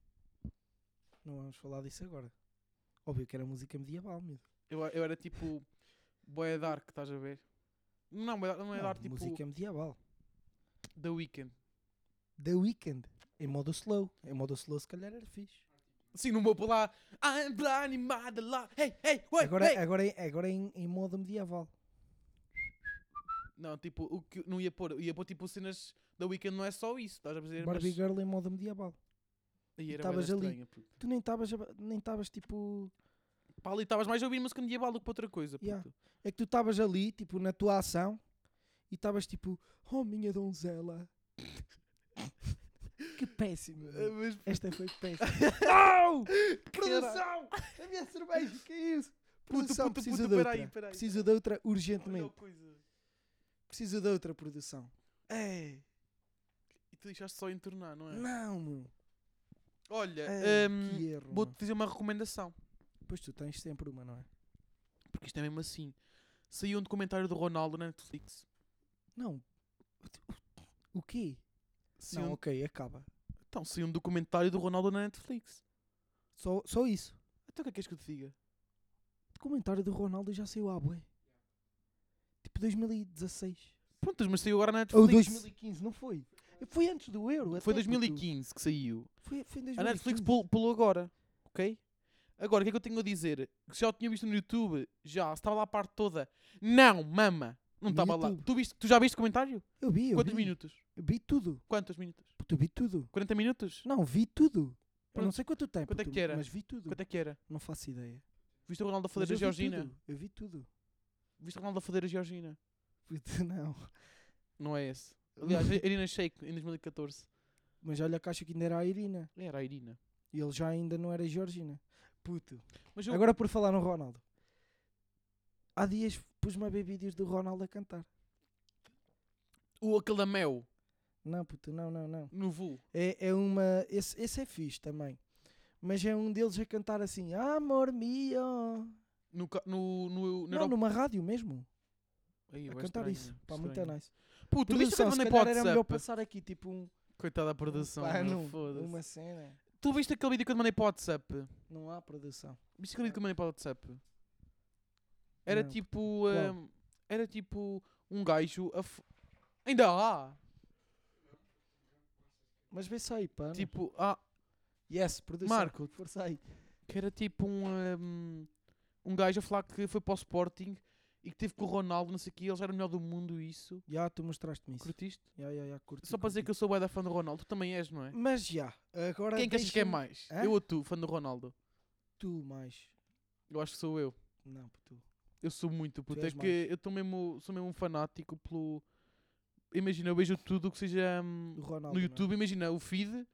[SPEAKER 3] Não vamos falar disso agora. Óbvio que era música medieval, meu.
[SPEAKER 2] Eu, eu era tipo. Boé Dark, estás a ver? Não, bué dark- não é
[SPEAKER 3] Não,
[SPEAKER 2] Dark tipo.
[SPEAKER 3] música medieval.
[SPEAKER 2] The Weeknd.
[SPEAKER 3] The Weeknd. Em modo slow. Em modo slow, se calhar era fixe.
[SPEAKER 2] Sim, não vou Assim, pular. I'm blind in my delight. Hey, hey, wait,
[SPEAKER 3] Agora,
[SPEAKER 2] hey.
[SPEAKER 3] agora, é- agora é em, em modo medieval.
[SPEAKER 2] Não, tipo, o que não ia pôr. Ia pôr tipo cenas da Weekend, não é só isso. Estás a perceber?
[SPEAKER 3] Barbie Girl em modo medieval.
[SPEAKER 2] Aí era
[SPEAKER 3] estavas
[SPEAKER 2] estavas
[SPEAKER 3] ali.
[SPEAKER 2] ali. Puto.
[SPEAKER 3] Tu nem estavas a- nem estavas tipo.
[SPEAKER 2] Pá, ali estavas mais a ouvir música medieval do que para outra coisa. Puto.
[SPEAKER 3] Yeah. É que tu estavas ali, tipo, na tua ação e estavas tipo, oh minha donzela. que péssimo.
[SPEAKER 2] Ah, mas-
[SPEAKER 3] Esta foi péssima.
[SPEAKER 2] Au!
[SPEAKER 3] Produção! A minha cerveja, que é isso?
[SPEAKER 2] Puto,
[SPEAKER 3] Produção,
[SPEAKER 2] puto,
[SPEAKER 3] preciso
[SPEAKER 2] puto,
[SPEAKER 3] de outra.
[SPEAKER 2] peraí, peraí.
[SPEAKER 3] Preciso de outra
[SPEAKER 2] Olha a
[SPEAKER 3] urgentemente.
[SPEAKER 2] coisa.
[SPEAKER 3] Preciso de outra produção.
[SPEAKER 2] É. E tu deixaste só entornar,
[SPEAKER 3] Ah.
[SPEAKER 2] não é?
[SPEAKER 3] Não, meu.
[SPEAKER 2] Olha,
[SPEAKER 3] Ei,
[SPEAKER 2] hum,
[SPEAKER 3] que erro.
[SPEAKER 2] vou-te
[SPEAKER 3] meu.
[SPEAKER 2] dizer uma recomendação.
[SPEAKER 3] Pois tu tens sempre uma, não é?
[SPEAKER 2] Porque isto é mesmo assim. Saiu um documentário do Ronaldo na Netflix.
[SPEAKER 3] Não. O quê?
[SPEAKER 2] Saiu
[SPEAKER 3] não,
[SPEAKER 2] um-
[SPEAKER 3] ok, acaba.
[SPEAKER 2] Então, saiu um documentário do Ronaldo na Netflix.
[SPEAKER 3] Só, só isso.
[SPEAKER 2] Então o que é que és que eu te diga?
[SPEAKER 3] Documentário do Ronaldo já saiu há bué. Tipo 2016.
[SPEAKER 2] Pronto, mas saiu agora na
[SPEAKER 3] Ou
[SPEAKER 2] Netflix.
[SPEAKER 3] 2015, não foi? Foi antes do Euro.
[SPEAKER 2] Foi
[SPEAKER 3] até, puto.
[SPEAKER 2] 2015 que saiu.
[SPEAKER 3] Foi, foi em 2015.
[SPEAKER 2] A Netflix pul- pulou agora, ok? Agora, o que é que eu tenho a dizer? Que já o tinha visto no YouTube, já, se estava lá a parte toda. Não, mama! Não
[SPEAKER 3] No
[SPEAKER 2] estava lá.
[SPEAKER 3] YouTube.
[SPEAKER 2] Tu, viste, tu já viste o comentário?
[SPEAKER 3] Eu vi, eu
[SPEAKER 2] Quantos
[SPEAKER 3] vi.
[SPEAKER 2] minutos?
[SPEAKER 3] Eu vi tudo.
[SPEAKER 2] Quantos minutos?
[SPEAKER 3] Puto, eu vi tudo.
[SPEAKER 2] 40 minutos?
[SPEAKER 3] Não, vi tudo. Eu não
[SPEAKER 2] Pronto.
[SPEAKER 3] sei quanto tempo.
[SPEAKER 2] Quanto é que
[SPEAKER 3] puto,
[SPEAKER 2] era?
[SPEAKER 3] Mas vi tudo.
[SPEAKER 2] Quanto é que era?
[SPEAKER 3] Não faço ideia.
[SPEAKER 2] Viste o Ronaldo a
[SPEAKER 3] Mas
[SPEAKER 2] foder a
[SPEAKER 3] eu vi
[SPEAKER 2] Georgina?
[SPEAKER 3] tudo, Eu vi tudo.
[SPEAKER 2] Viste o Ronaldo a foder a Georgina?
[SPEAKER 3] Puto, não.
[SPEAKER 2] Não é esse. Aliás, a Irina Shake, em 2014.
[SPEAKER 3] Mas olha que acho que ainda era a Irina.
[SPEAKER 2] Era a Irina.
[SPEAKER 3] E ele já ainda não era Georgina. Puto.
[SPEAKER 2] Mas eu,
[SPEAKER 3] Agora por falar no Ronaldo. Há dias pus-me a ver vídeos do Ronaldo a cantar.
[SPEAKER 2] o aquele da Mel,
[SPEAKER 3] Não, puto, não, não, não.
[SPEAKER 2] no voo.
[SPEAKER 3] É, é uma. Esse, esse é fixe também. Mas é um deles a cantar assim: Amor mio.
[SPEAKER 2] No, ca- no, no, no
[SPEAKER 3] Não, numa rádio mesmo.
[SPEAKER 2] Aí,
[SPEAKER 3] A
[SPEAKER 2] bué
[SPEAKER 3] cantar
[SPEAKER 2] estranho,
[SPEAKER 3] isso. Pá,
[SPEAKER 2] estranho.
[SPEAKER 3] muito é nice.
[SPEAKER 2] Pô, tu viste o que
[SPEAKER 3] Produção,
[SPEAKER 2] eu
[SPEAKER 3] se
[SPEAKER 2] mandei para o
[SPEAKER 3] calhar era melhor
[SPEAKER 2] WhatsApp?
[SPEAKER 3] passar aqui tipo um.
[SPEAKER 2] Coitada da produção,
[SPEAKER 3] Pá,
[SPEAKER 2] meu,
[SPEAKER 3] não,
[SPEAKER 2] foda-se.
[SPEAKER 3] uma cena.
[SPEAKER 2] Tu viste aquele vídeo que eu te mandei para o WhatsApp?
[SPEAKER 3] Não há produção.
[SPEAKER 2] Viste aquele vídeo que eu mandei para o WhatsApp? Era
[SPEAKER 3] Não.
[SPEAKER 2] tipo. ahm, era tipo um gajo a. f- Ainda há!
[SPEAKER 3] Mas vê só aí, pá. Tipo,
[SPEAKER 2] Tipo, ah,
[SPEAKER 3] yes, produção.
[SPEAKER 2] Marco,
[SPEAKER 3] Força aí.
[SPEAKER 2] que era tipo um. ahm, um gajo a falar que foi para o Sporting e que teve com o Ronaldo, não sei o que, eles eram o melhor do mundo e isso.
[SPEAKER 3] Já, tu mostraste-me isso.
[SPEAKER 2] Curtiste?
[SPEAKER 3] Já, já, já, curti,
[SPEAKER 2] Só para dizer que eu sou bué da fã do Ronaldo, tu também és, não é?
[SPEAKER 3] Mas já, agora.
[SPEAKER 2] Quem que achas que é
[SPEAKER 3] deixa-me-
[SPEAKER 2] mais?
[SPEAKER 3] Hã?
[SPEAKER 2] Eu ou tu, fã do Ronaldo?
[SPEAKER 3] Tu mais.
[SPEAKER 2] Eu acho que sou eu.
[SPEAKER 3] Não, pô, tu.
[SPEAKER 2] Eu sou muito, puto. É
[SPEAKER 3] és
[SPEAKER 2] que
[SPEAKER 3] mais.
[SPEAKER 2] eu tô mesmo, sou mesmo um fanático pelo. Imagina, eu vejo tudo o que seja hum,
[SPEAKER 3] O Ronaldo.
[SPEAKER 2] no YouTube. Imagina, o feed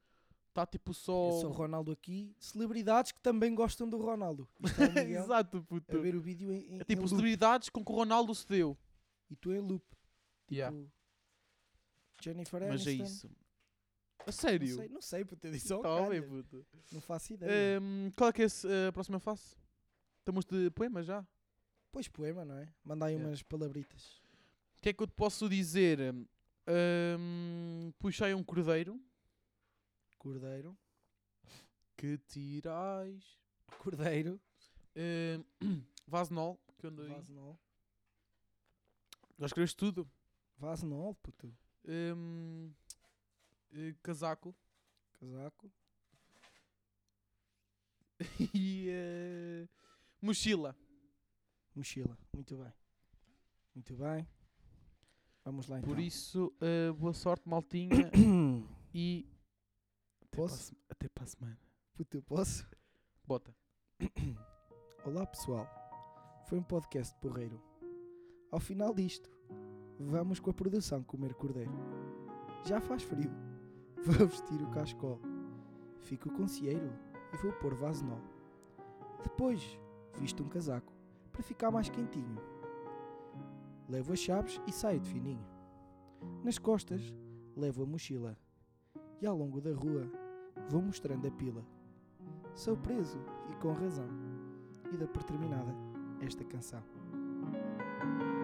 [SPEAKER 2] está tipo
[SPEAKER 3] Não é?
[SPEAKER 2] só.
[SPEAKER 3] Eu sou o Ronaldo aqui. Celebridades que também gostam do Ronaldo. Isto é o Miguel
[SPEAKER 2] Exato, puto.
[SPEAKER 3] a ver o vídeo em, em,
[SPEAKER 2] É
[SPEAKER 3] em
[SPEAKER 2] tipo,
[SPEAKER 3] loop.
[SPEAKER 2] celebridades com que o Ronaldo se deu.
[SPEAKER 3] E tu em loop.
[SPEAKER 2] Yeah.
[SPEAKER 3] Tu- Jennifer
[SPEAKER 2] Mas é
[SPEAKER 3] Aniston.
[SPEAKER 2] isso. A
[SPEAKER 3] Não
[SPEAKER 2] sério?
[SPEAKER 3] sei, um não sei, puto. Eu disse ao
[SPEAKER 2] Tá bem,
[SPEAKER 3] calhas.
[SPEAKER 2] puto.
[SPEAKER 3] Não faço ideia.
[SPEAKER 2] Hum, qual é que é esse, uh, a próxima face? Estamos de poema já?
[SPEAKER 3] Pois poema, não é? Manda aí
[SPEAKER 2] Yeah.
[SPEAKER 3] umas palabritas.
[SPEAKER 2] O que é que eu te posso dizer? Hum, puxei um cordeiro
[SPEAKER 3] Cordeiro.
[SPEAKER 2] que tirais.
[SPEAKER 3] Cordeiro.
[SPEAKER 2] Hum, Vasenol, que eu ando aí.
[SPEAKER 3] Vasenol.
[SPEAKER 2] Já escreveste tudo.
[SPEAKER 3] Vasenol, puto.
[SPEAKER 2] Hum, eh, casaco
[SPEAKER 3] Casaco.
[SPEAKER 2] e eh, mochila.
[SPEAKER 3] Mochila. Muito bem. Muito bem. Vamos lá então.
[SPEAKER 2] Por isso, eh, boa sorte, maltinha. e até para a
[SPEAKER 3] Posso?
[SPEAKER 2] se- até para a semana.
[SPEAKER 3] Puto, eu posso?
[SPEAKER 2] Bota.
[SPEAKER 3] Olá pessoal, foi um podcast porreiro. Ao final disto, vamos com a produção comer cordeiro. Já faz frio, vou vestir o cascó, fico com cieiro e vou pôr vaso nó. Depois, visto um casaco para ficar mais quentinho. Levo as chaves e saio de fininho. Nas costas, levo a mochila e ao longo da rua vou mostrando a pila. Sou preso e com razão e dá por terminada esta canção.